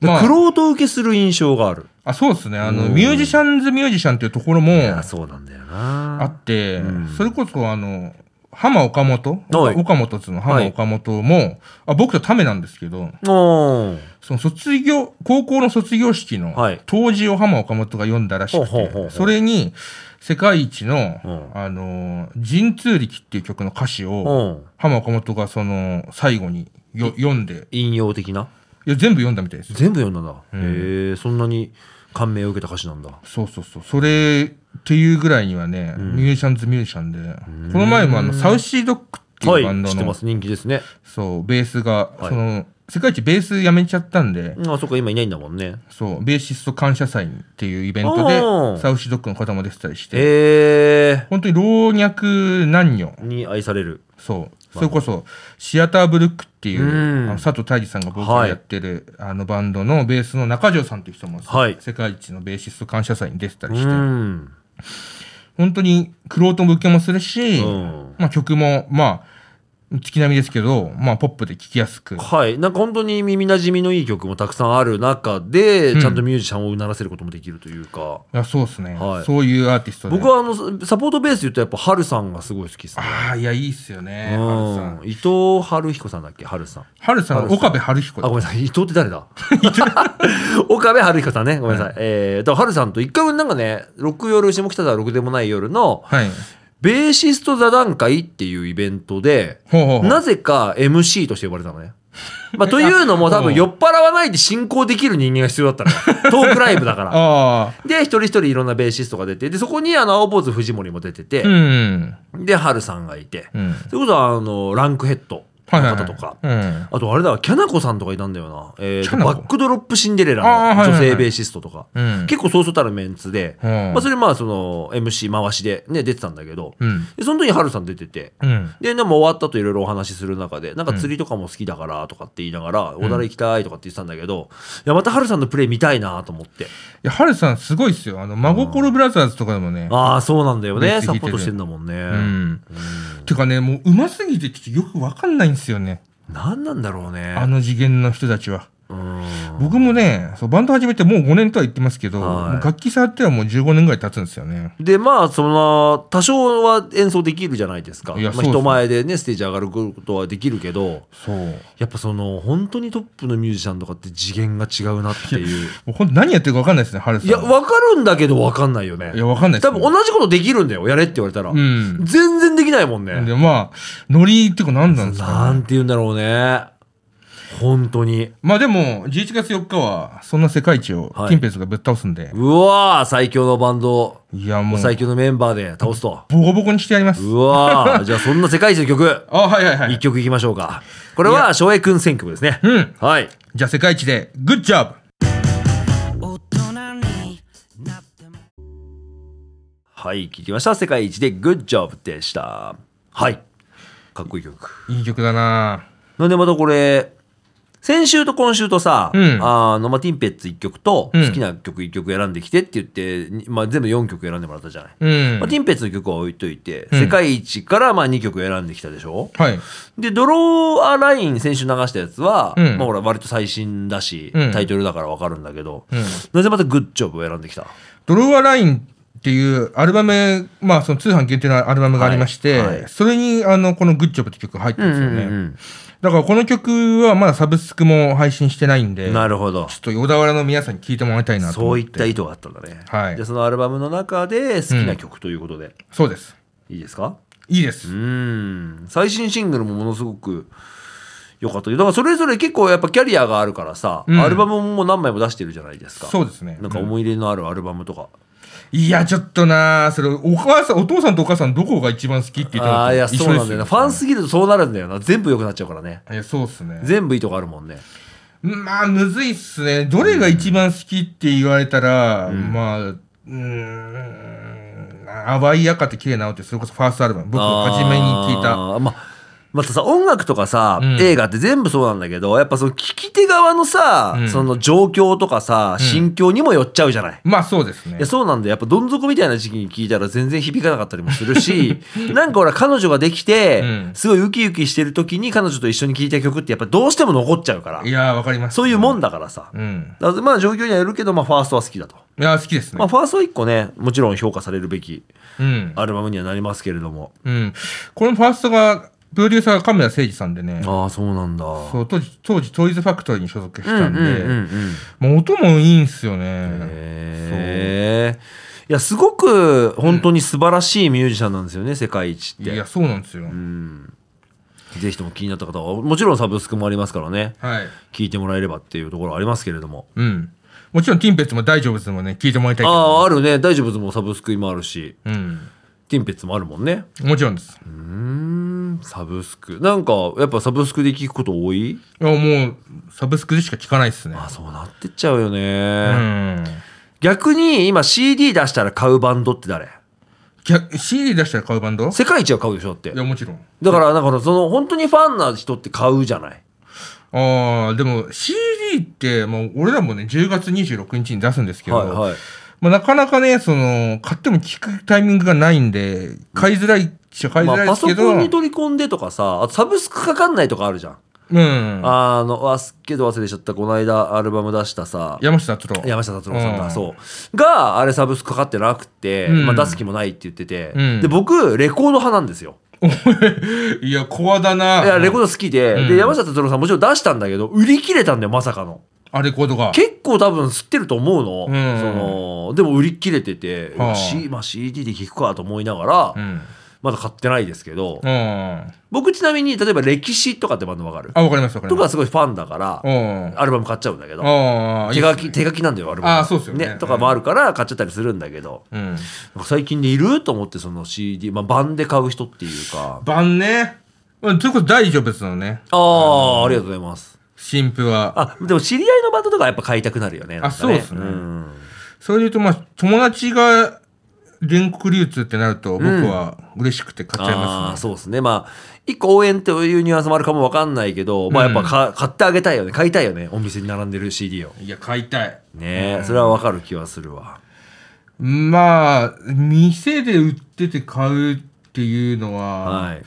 S1: で
S2: まあ
S1: 玄人受けする印象がある
S2: あそうですねあの
S1: うん
S2: ミュージシャンズミュージシャンっていうところも
S1: いやそうなんだよな
S2: あって、
S1: うん
S2: それこそあの浜岡本、
S1: はい
S2: 岡本っつうの浜岡本も、あ僕とためなんですけど、
S1: うん
S2: その卒業、高校の卒業式の
S1: はい
S2: 当時を浜岡本が読んだらし
S1: ほ
S2: く
S1: うほうほうほ
S2: て、
S1: う
S2: それに世界一の
S1: うん、
S2: あのー、神通力っていう曲の歌詞
S1: う
S2: を
S1: ん
S2: 浜岡本がその最後によ読んで、
S1: 引用的ない
S2: や全部読んだみたいです。
S1: 全部読んだな、
S2: うん
S1: へえそんなに感銘を受けた歌詞なんだ
S2: そうそうそう。それっていうぐらいにはね、
S1: ん
S2: ミュージシャンズミュージシャンで、この前もあの、サウシードッグって
S1: は
S2: いうバン
S1: い
S2: ド
S1: 知ってま
S2: の、
S1: す人気ですね
S2: そう、ベースが、
S1: はい
S2: その、世界一ベースやめちゃったんで、
S1: あそっか今いないんだもんね
S2: そう、ベーシスト感謝祭っていうイベン
S1: あ
S2: ト
S1: ー
S2: で、サウシドッグの方も出てたりして、
S1: え
S2: 本当に老若男女、
S1: ー、に愛される
S2: そう、それこそ、シアターブルックっていう、
S1: うん
S2: あの佐藤大二さんが僕がやってる、あのバンドのベースの中条さんという人も、
S1: はい
S2: 世界一のベーシスト感謝祭に出てた
S1: う
S2: りして、
S1: ん
S2: 本当にクロート向けもするし、
S1: うん
S2: まあ、曲も、まあ、月並みですけど、まあ、ポップで聴きやすく、
S1: はいなんか本当に耳なじみのいい曲もたくさんある中で、
S2: うん
S1: ちゃんとミュージシャンをうならせることもできるというか
S2: いやそうですね、
S1: はい
S2: そういうアーティストで。
S1: 僕はあのサポートベースで言うとやっぱハルさんがすごい好きですね
S2: ああ、いや、いいっすよね、
S1: う
S2: ハル
S1: ん
S2: さん。
S1: 伊藤春彦さんだっけ春さん
S2: 春さんは
S1: ハルさん
S2: 岡部春彦
S1: あ、ごめんなさい。伊藤って誰だ 岡部春彦さんね。ごめんなさい。えー、だから春さんと一回なんかね、6夜、下北沢6でもない夜の、
S2: はい。
S1: ベーシスト座談会っていうイベントで、
S2: ほうほうほう
S1: なぜか MC として呼ばれたのね。まあ、 というのも多分酔っ払わないで進行できる人間が必要だった の。トークライブだから。
S2: あ
S1: で、一人一人いろんなベーシストが出て、で、そこにあの、青坊主藤森も出て
S2: あ、う
S1: て、
S2: ん。
S1: で、春さんがいて、
S2: うん。
S1: それこそあの、ランクヘッド
S2: はいはい
S1: の
S2: はい
S1: 方とか、
S2: うん。
S1: あとあれだわ、キャナコさんとかいたんだよな。えー
S2: キャ
S1: と、
S2: ナコ
S1: バックドロップシンデレ
S2: あ
S1: ラ
S2: ー
S1: の
S2: はいはい
S1: 女
S2: はい
S1: 性ベーシストとか。
S2: うん。
S1: 結構そうそうたるメンツで、
S2: うん
S1: まあそれまあその MC 回しでね、出てたんだけど、
S2: うん。
S1: でその時にハルさん出てて、
S2: うん。
S1: で、でも終わったといろいろお話しする中で、なんか釣りとかも好きだからとかって言いながら、おだら行きたいとかって言ってたんだけど、いや、またハルさんのプレイ見たいなと思って。
S2: いや、ハルさんすごいっすよ。あの、真心ブラザーズとかでもね。
S1: ああ、そうなんだよね。
S2: 別
S1: サ
S2: に弾いてる
S1: ポートしてんだもんね。
S2: うん。てかね、もう、うますぎてちょっとよくわかんないんですよね。
S1: なんなんだろうね。
S2: あの次元の人たちは。
S1: うん
S2: 僕もね、そう、バンド始めてもう5年とは言ってますけど、
S1: はい
S2: もう楽器触ってはもう15年ぐらい経つんですよね。
S1: でまあその多少は演奏できるじゃないですか、
S2: いや
S1: まあ、
S2: そうです
S1: 人前でねステージ上がることはできるけど
S2: そう。も
S1: やっぱその本当にトップのミュージシャンとかって次元が違うなっていう
S2: うほんと何やってるかわかんないですね、ハルさん。
S1: いや分かるんだけど分かんないよね
S2: いやわかんないっす
S1: 多
S2: よ
S1: 分同じことできるんだよやれって言われたら、
S2: うん。
S1: 全然できないもんね
S2: で、まあ、ノリっていうか何なんですかね
S1: なんて言うんだろうね本当に
S2: まあでも、11月4日は、そんな世界一を
S1: はい、
S2: ティンペイスがぶっ倒すんで、
S1: うわー最強のバンドを
S2: い、やもう、
S1: 最強のメンバーで倒すと
S2: ボコボコにしてやります。
S1: うわーじゃあそんな世界一の曲
S2: あ、はいはいは
S1: 一
S2: い。
S1: 曲いきましょうかこれは翔平君選曲ですね
S2: うん。
S1: はい
S2: じゃあ世界一で、グッジョブ
S1: はい聞きました世界一で Good job でしたはいかっこいい曲
S2: いい曲だな
S1: なんでまたこれ先週と今週とさ、
S2: うん
S1: あのまあ、ティンペッツ1曲と
S2: うん
S1: 好きな曲1曲選んできてって言って、にまあ、全部4曲選んでもらったじゃない、
S2: うん
S1: まあ、。ティンペッツの曲は置いといて、
S2: うん
S1: 世界一からまあ2曲選んできたでしょ
S2: はい。
S1: で「ドローアライン」先週流したやつは、
S2: うん
S1: まあ、ほら割と最新だし、
S2: うん
S1: タイトルだから分かるんだけど、
S2: うん
S1: なぜまた「グッジョブ」を選んできた
S2: ドローアラインっていうアルバム、まあその通販限定のアルバムがありまして、
S1: はいはい
S2: それにあのこのグッジョブって曲入ってるんですよね。
S1: うん
S2: だからこの曲はまだサブスクも配信してないんで、ちょ
S1: なるほど
S2: っと小田原の皆さんに聞いてもらいたいなと
S1: そ
S2: 思っ
S1: う
S2: て。
S1: いった意図があったんだね、
S2: はい
S1: じゃあそのアルバムの中で好きな曲ということで、
S2: そうです。
S1: いいですか
S2: いいです。
S1: うーん最新シングルもものすごく良かったけどだからそれぞれ結構やっぱキャリアがあるからさ、
S2: うん
S1: アルバムも何枚も出してるじゃないですか
S2: そうですね。
S1: なんか思い入れのあるアルバムとか、
S2: いや、ちょっとなあそれ、お母さん、お父さんとお母さん、どこが一番好きって言ったの
S1: ああ
S2: と
S1: ーいや
S2: 一緒
S1: そうなんだよなファン
S2: ス。
S1: すぎるとそうなるんだよな全部良くなっちゃうからね
S2: いや、そうっすね。
S1: 全部いいとこあるもんね
S2: まあ、むずいっすね。どれが一番好きって言われたら、まあ、うーん、淡い赤って綺麗な青って、それこそファーストアルバム。僕、初めに聞いた。
S1: あーままたさ音楽とかさ、
S2: うん
S1: 映画って全部そうなんだけどやっぱその聞き手側のさ、
S2: うん
S1: その状況とかさ
S2: うん
S1: 心境にもよっちゃうじゃない、
S2: まあ、そうですね
S1: いや。そうなんだよやっぱどん底みたいな時期に聞いたら全然響かなかったりもするし なんかほら彼女ができて、
S2: うん
S1: すごいウキウキしてる時に彼女と一緒に聴いた曲ってやっぱどうしても残っちゃうから
S2: いやー、わかります。
S1: そういうもんだからさ、
S2: うん。
S1: だからまあ状況にはよるけど、まあ、ファーストは好きだと、
S2: いやー、好きです
S1: ま
S2: ね
S1: あ、。ファーストは一個ねもちろん評価されるべき
S2: うん。
S1: アルバムにはなりますけれども
S2: うん。このファーストが、プロデューサーが亀田誠二さんでね、
S1: ああそうなんだ
S2: そう当時、当時、トイズファクトリーに所属してたんで、
S1: うんうんうんうん
S2: もう音もいいんすよね。
S1: へえいやすごく本当に素晴らしいミュージシャンなんですよね、世界一っ
S2: い
S1: て
S2: や、そうなんですよ。
S1: うんぜひとも気になった方はもちろんサブスクもありますからね
S2: はい。
S1: 聞いてもらえればっていうところはありますけれども
S2: うん。もちろん、ティンペッツも大丈夫ですもんね、聞いてもらいたいけど
S1: あああるね大丈夫もサブスクもあるし
S2: うん。
S1: ティンペッツもあるもんね
S2: もちろんです。
S1: うーんサブスクなんかやっぱサブスクで聞くこと多い
S2: いや、もう、サブスクでしか聞かないっすね。
S1: あそうなってっちゃうよ
S2: う
S1: ね、
S2: ん。
S1: 逆に今 CD 出したら買うバンドって誰
S2: きゃ CD 出したら買うバンドい
S1: 世界一は買うでしょだって
S2: や、もちろん。
S1: だからなんかその本当にファンな人って買うじゃない
S2: ああ、でも CD って、もう俺らもね、10月26日に出すんですけど、
S1: はいはい
S2: まあ、なかなかね、その、買っても聞くタイミングがないんで、買いづらいっちゃ買い
S1: ま
S2: づ
S1: あ
S2: らいで
S1: パ
S2: す
S1: ソ
S2: けど、
S1: コンに取り込んでとかさあとサブスクかかんないとかあるじゃん
S2: うん。
S1: あの、わすっけど忘れちゃった、この間アルバム出したさ、
S2: 山下達郎。
S1: 山下達郎さんだ、
S2: うん
S1: そう。が、あれサブスクかかってなくて、
S2: うん
S1: まあ、出す気もないって言ってて、
S2: うん
S1: で、僕、レコード派なんですよ。
S2: いや、コアだない
S1: や、レコード好きで、
S2: うん
S1: で、山下達郎さんもちろん出したんだけど、売り切れたんだよ、まさかの。
S2: あ、レコードが。
S1: 結構多分知ってると思うの。
S2: うん
S1: その、でも売り切れてて、う
S2: は
S1: わ
S2: あ
S1: C まあ、CD で聴くかと思いながら、
S2: うん。
S1: まだ買ってないですけど
S2: うん。、あ、
S1: 僕ちなみに、例えば歴史とかってバンドわかる
S2: わかりますわかり
S1: とか
S2: ま
S1: は
S2: す。
S1: すごいファンだから、
S2: うん。
S1: アルバム買っちゃうんだけど、
S2: ああ、い
S1: 手
S2: いっ
S1: 書
S2: す
S1: き、
S2: ね
S1: 手書きなんだよ、アルバム。
S2: あーそうっすよね
S1: とかもあるから買っちゃったりするんだけど、
S2: うん。
S1: なんか最近でいると思って、その CD、まあ、版で買う人っていうか。
S2: 晩ね。うん、ということ大丈夫ですのね。
S1: ああ、ありがとうございます。
S2: 新婦は。
S1: あ、でも知り合いのバンドとかやっぱ買いたくなるよね。なんか
S2: そうっすね
S1: ん
S2: それで言うと、まあ、友達が全国流通ってなると、僕は嬉しくて買っちゃい
S1: あ
S2: ま
S1: ー
S2: すね。
S1: そうですね。まあ、一個応援というニュアンスもあるかもわかんないけど、まあやっぱか買ってあげたいよね。買いたいよね。お店に並んでる CD を。
S2: いや、買いたい。
S1: ねえそれはわかる気はするわ。
S2: まあ、店で売ってて買うっていうのは、
S1: はい。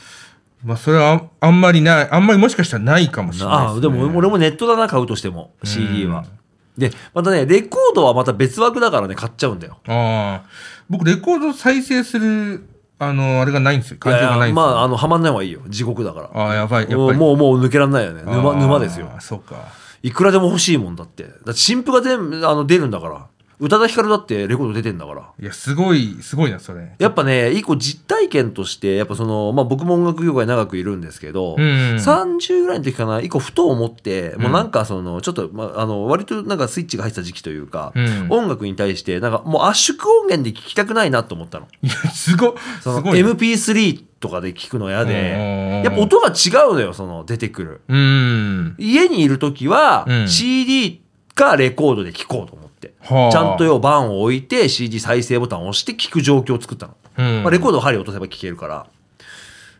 S2: まあ、それはああんまりない、あんまりもしかしたらないかもしれない
S1: あ
S2: です、
S1: あ
S2: ね。
S1: でも俺もネットだな買うとしても CD は、でまたねレコードはまた別枠だからね買っちゃうんだよ
S2: ああ。僕、レコード再生する、あの、あれがないんですよ。環境がないんですよ。
S1: まああのはまんない方がいいよ地獄だから
S2: ああ、やばい、やっ
S1: も
S2: ぱ
S1: う
S2: り。
S1: もうもう抜けられないよね沼
S2: あー
S1: 沼ですよ
S2: そうか。
S1: いくらでも欲しいもんだってだって新譜が全部あの出るんだから宇多田ヒカルだってレコード出てんだから
S2: いや、すごい、すごいな、それ。
S1: やっぱね一個実体験としてやっぱその、まあ、僕も音楽業界長くいるんですけど、
S2: うん
S1: 30ぐらいの時かな一個ふと思ってもうなんかそのちょっと、まあ、あの割となんかスイッチが入ってた時期というか、
S2: うん
S1: 音楽に対してなんかもう圧縮音源で聴きたくないなと思ったの。
S2: いや、 すご、す
S1: その
S2: ごいな。
S1: MP3 とかで聴くの嫌
S2: うん
S1: でやっぱ音が違うのよその出てくる。
S2: うん。
S1: 家にいる時は
S2: うん
S1: CD かレコードで聴こうと思って。
S2: はあ
S1: ちゃんとよ盤を置いて CD 再生ボタンを押して聴く状況を作ったの。
S2: うん
S1: まあ、レコードを針を落とせば聴けるから。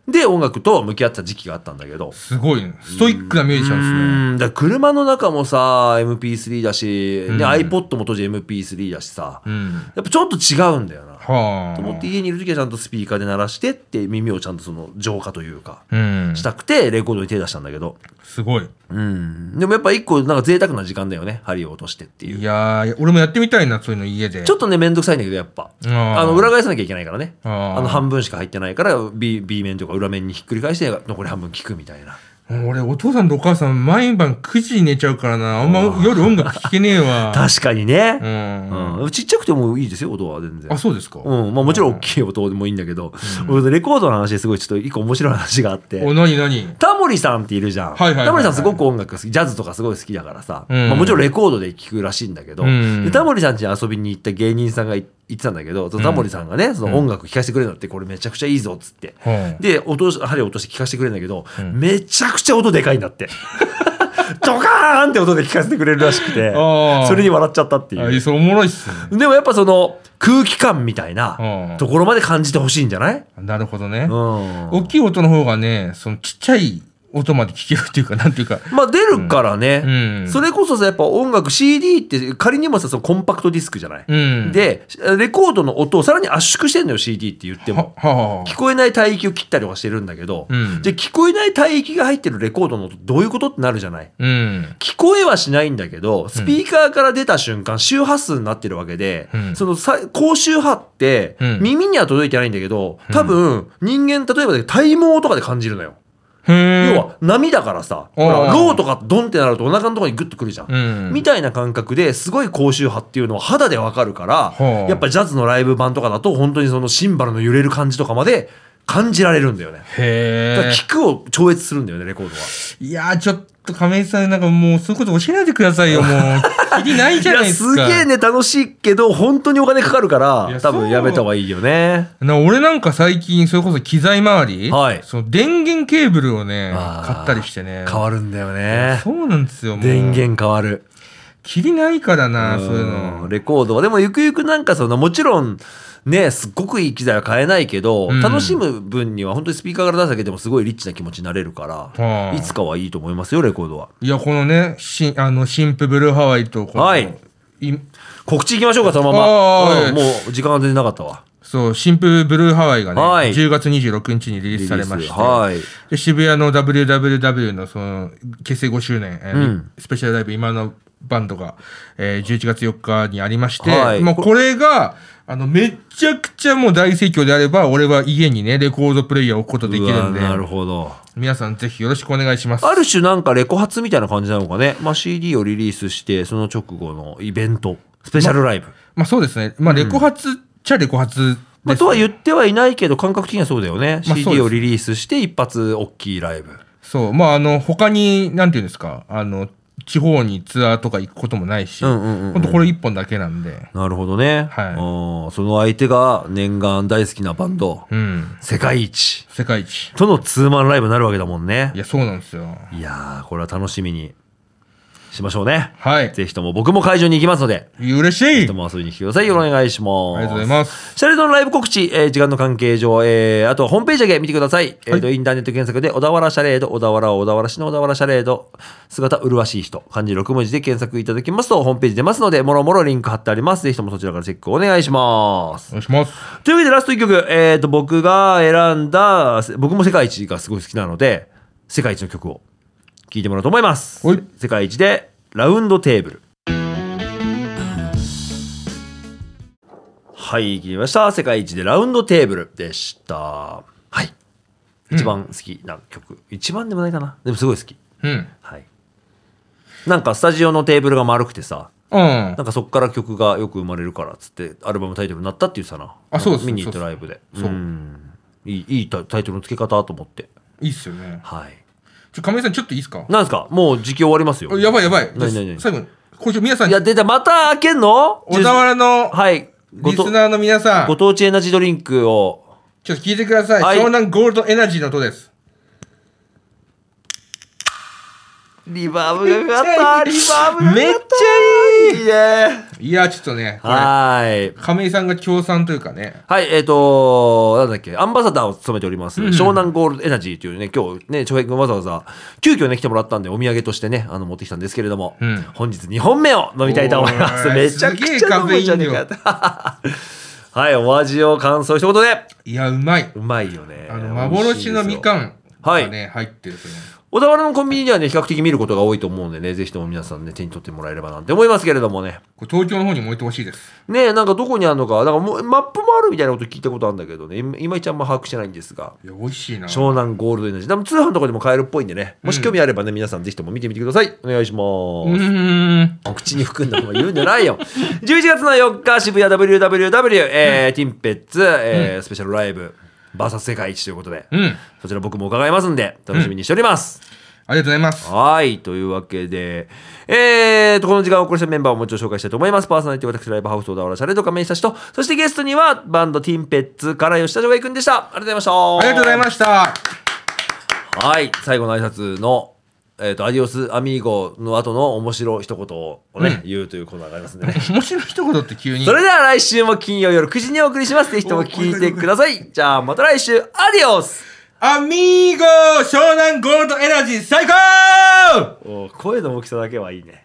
S1: で、音楽と向き合ってた時期があったんだけど。
S2: すごいね。ストイックなミュージシャンで
S1: うんだから車の中もさ、MP3 だし、
S2: うん
S1: ね iPod も当時 MP3 だしさ、
S2: すね。うん。
S1: やっぱちょっと違うんだよな。
S2: はあ。
S1: と思って家にいる時はちゃんとスピーカーで鳴らしてって耳をちゃんとその浄化というか、
S2: うん。
S1: したくてレコードに手出したんだけど。
S2: すごい。
S1: うん。でもやっぱ一個なんか贅沢な時間だよね。針を落としてっていう。
S2: いやー、俺もやってみたいな、そういうの家で。
S1: ちょっとね、めんどくさいんだけど、やっぱ。
S2: あー
S1: あの、裏返さなきゃいけないからね。
S2: あー
S1: あの、半分しか入ってないから、B、B 面とか裏面にひっくり返して、残り半分聞くみたいな。
S2: 俺、お父さんとお母さん、毎晩9時に寝ちゃうからな。あんま夜音楽聴けねえ わ。
S1: 確かにね
S2: う。ん。
S1: うん。ちっちゃくてもいいですよ、音は全然
S2: あ、。そうですか。
S1: うん。まあもちろん大きい音でもいいんだけど、俺レコードの話ですごいちょっと一個面白い話があって。
S2: お、なになに
S1: タモリさんっているじゃん。
S2: はいはいはいはい
S1: タモリさんすごく音楽好き、ジャズとかすごい好きだからさ、
S2: うん
S1: まあ、もちろんレコードで聴くらしいんだけど、
S2: うん
S1: でタモリさん家に遊びに行った芸人さんがい言ってたんだけど、そのタモリさんがね、その音楽聴かせてくれるのってこれめちゃくちゃいいぞっつって。
S2: はい
S1: で、落とし、針を落として聴かせてくれるんだけど、めちゃくちゃ音でかいんだって。 ドカーンって音で聴かせてくれるらしくて
S2: あー、
S1: それに笑っちゃったってい
S2: あ、いうや。それおもろいっすね。
S1: でもやっぱその空気感みたい
S2: うん
S1: なところまで感じてほしいんじゃない
S2: なるほどね
S1: う。ん。
S2: 大きい音の方がね、そのちっちゃい音まで聞けるっていうか、なんていうか。
S1: まあ出るからね、
S2: うん
S1: それこそさやっぱ音楽 CD って仮にもさそのコンパクトディスクじゃない、
S2: うん。、
S1: でレコードの音をさらに圧縮してんのよ CD って言って
S2: は、
S1: も
S2: はあは
S1: 聞こえない帯域を切ったりとかしてるんだけど、
S2: うん
S1: で聞こえない帯域が入ってるレコードの音どういうことってなるじゃない
S2: あ。うん。
S1: 聞こえはしないんだけどスピーカーから出た瞬間周波数になってるわけで、
S2: うん
S1: そのさ高周波って
S2: うん
S1: 耳には届いてないんだけど多分人間例えばだけど体毛とかで感じるのよ。
S2: へえ。
S1: 要は波だからさ、
S2: うん
S1: ほらローとかドンってなるとお腹のところにグッとくるじゃん。
S2: うん
S1: みたいな感覚ですごい高周波っていうのは肌でわかるから、
S2: はあ
S1: やっぱジャズのライブ版とかだと本当にそのシンバルの揺れる感じとかまで感じられるんだよね。だから
S2: へえ。
S1: 聞くを超越するんだよね、レコードは。
S2: いやー、ちょっと亀井さん、なんかもう、そういうこと教えないでくださいよ、もう。 きりないじゃない
S1: い
S2: で
S1: や、
S2: す
S1: すげ
S2: か。
S1: えね、楽しいけど、本当にお金かかるか
S2: いや
S1: ら、多分やめた方がいいよね。
S2: な俺なんか最近、それこそ機材周り、
S1: はい
S2: その電源ケーブルをね、
S1: あー
S2: 買ったりしてね。
S1: 変わるんだよね。
S2: そうなんですよ、もう。
S1: 電。源変わる。
S2: きりないからな、そういう
S1: うん
S2: の。
S1: レコードはでもゆくゆくなんかそのもちろんねすっごくいい機材は買えないけど、
S2: うん
S1: 楽しむ分には本当にスピーカーから出すだけでもすごいリッチな気持ちになれるから、
S2: はい
S1: いつかはいいと思いますよレコードはい
S2: や、このね、しあの、新婦ブルーハワイとこの、
S1: はい
S2: い
S1: 告知いきましょうかそのま
S2: あー
S1: ま、
S2: は
S1: う
S2: い
S1: んもう時間が全然なかったわ
S2: そう、新婦ブルーハワイがね、
S1: はい
S2: 10月26日にリリースされま
S1: リリ
S2: し
S1: ース
S2: て、
S1: はい
S2: で渋谷の WWW のその結成5周年、えー
S1: うん
S2: スペシャルライブ今のバンドが、えー11月4日にありまして、
S1: はい
S2: もうこれがあのめちゃくちゃもう大盛況であれば俺は家にねレコードプレイヤーを置くことできるんで
S1: うわなるほど
S2: 皆さんぜひよろしくお願いします
S1: ある種なんかレコ発みたいな感じなのかね、まあ、CD をリリースしてその直後のイベントスペシャルライブ、
S2: まあそうですねまあレコ発っちゃレコ発
S1: ま
S2: で
S1: あ、
S2: す、
S1: とは言ってはいないけど感覚的にはそうだよね、
S2: まあそうです
S1: CD をリリースして一発大きいライブ
S2: そうまああの他になんていうんですかあの地方にツアーとか行くこともないし、
S1: うんうんうんうん
S2: ほんとこれ1本だけなんで
S1: なるほどね。
S2: はい
S1: うんその相手が念願大好きなバンド、
S2: うん
S1: 世界一
S2: 世界一
S1: とのツーマンライブになるわけだもんね
S2: い。やそうなんですよ
S1: いやー、これは楽しみにしましょうね。
S2: はい
S1: ぜひとも僕も会場に行きますので、
S2: 嬉し
S1: ぜ
S2: い
S1: ひとも遊びに来てください。よろしくお願いします。
S2: ありがとうございます。
S1: シャレドのライブ告知、えー時間の関係上、えーあとはホームページだけ見てください。えーと、インターネット検索で、小田原シャレード、小田原を小田原市の小田原シャレード、姿麗しい人、漢字6文字で検索いただきますと、ホームページ出ますので、もろもろリンク貼ってあります。ぜひともそちらからチェックお願いします
S2: お。願いします。
S1: というわけでラスト1曲、えー、と僕が選んだ僕も世界一がすごい好きなので世界一の曲を聴いてもらおうと思います
S2: はい
S1: 世界一でラウンドテーブルはい聞きました世界一でラウンドテーブルでしたはい一番好きな曲、一番でもないかなでもすごい好き
S2: うん。
S1: はいなんかスタジオのテーブルが丸くてさ
S2: あうん
S1: なんかそっから曲がよく生まれるからっつってアルバムタイトルになったって言ってたな
S2: あそうです
S1: 見に行った
S2: そう
S1: ラ
S2: で
S1: イ
S2: す
S1: ブで
S2: そうん
S1: いいいいタタイトルの付け方と思って
S2: いいっすよね
S1: はい
S2: ちょ亀井さんちょっといいですか
S1: なんですかもう時期終わりますよ
S2: やばいやばい
S1: 何何何
S2: 最後に今週皆さん
S1: いや出たまた開けんの
S2: 小田原の
S1: はいご
S2: リ
S1: と
S2: スナーの皆さん
S1: ご当地エナジードリンクを
S2: ちょっと聞いてください、
S1: はい
S2: 湘南ゴールドエナジーの音です
S1: リバーブがかったリバーブがかった
S2: めっ
S1: いいね
S2: いやちょっとねこれ
S1: はーい
S2: 亀井さんが協賛というかね
S1: はい、えっ、となんだっけ、アンバサダーを務めております、
S2: うん
S1: 湘南ゴールドエナジーというね、今日ね、翔平君わざわざ、急遽ね、来てもらったんで、お土産としてね、あの、持ってきたんですけれども、
S2: うん
S1: 本日2本目を飲みたいと思います。
S2: おー
S1: めちゃくちゃ飲むじゃねえかって。 はい、お味を感想一言で、
S2: いやうまいう
S1: まいよね。
S2: あの幻のみか
S1: ん。
S2: ん
S1: はい
S2: がね入ってるとね
S1: 小田原のコンビニではね、比較的見ることが多いと思うんでね、ぜひとも皆さんね、手に取ってもらえればなんて思いますけれどもね。
S2: これ東京の方にも置いてほしいです
S1: ねえ、なんかどこにあるのか、なんかもうマップもあるみたいなこと聞いたことあるんだけどね、いまいまいちあんま把握してないんですが。
S2: いや美味しいな
S1: 湘南ゴールドエナジー。多分通販とかでも買えるっぽいんでね。もし興味あればね、皆さんぜひとも見てみてください。お願いし
S2: う
S1: ます。
S2: ーん
S1: お口に含んだまま言うんじゃないよ。11月 の4日、渋谷 WWW、えーティンペッツ、えースペシャルライブ、バーサス世界一ということで、
S2: うん
S1: そちら僕も伺いますんで、楽しみにしております。
S2: ありがとうございます
S1: はい。というわけで、えーと、この時間をお送りしたメンバーをもう一度紹介したいと思います。パーソナリティ、私、ライブハウス、小田原シャレとかメイシタシと、そしてゲストには、バンド、ティンペッツから吉田翔平くんでした。ありがとうございました。
S2: ありがとうございました
S1: はい、最後の挨拶の、えっ、と、アディオスアミーゴの後の面白い一言をね、言うというコーナーがありますんでね。
S2: 面白い一言って急に
S1: それでは来週も金曜夜9時にお送りします。ぜひとも聞いてください。じゃあまた来週、アディオス
S2: アミーゴ湘南ゴールドエナジー最高
S1: お声の大きさだけはいいね。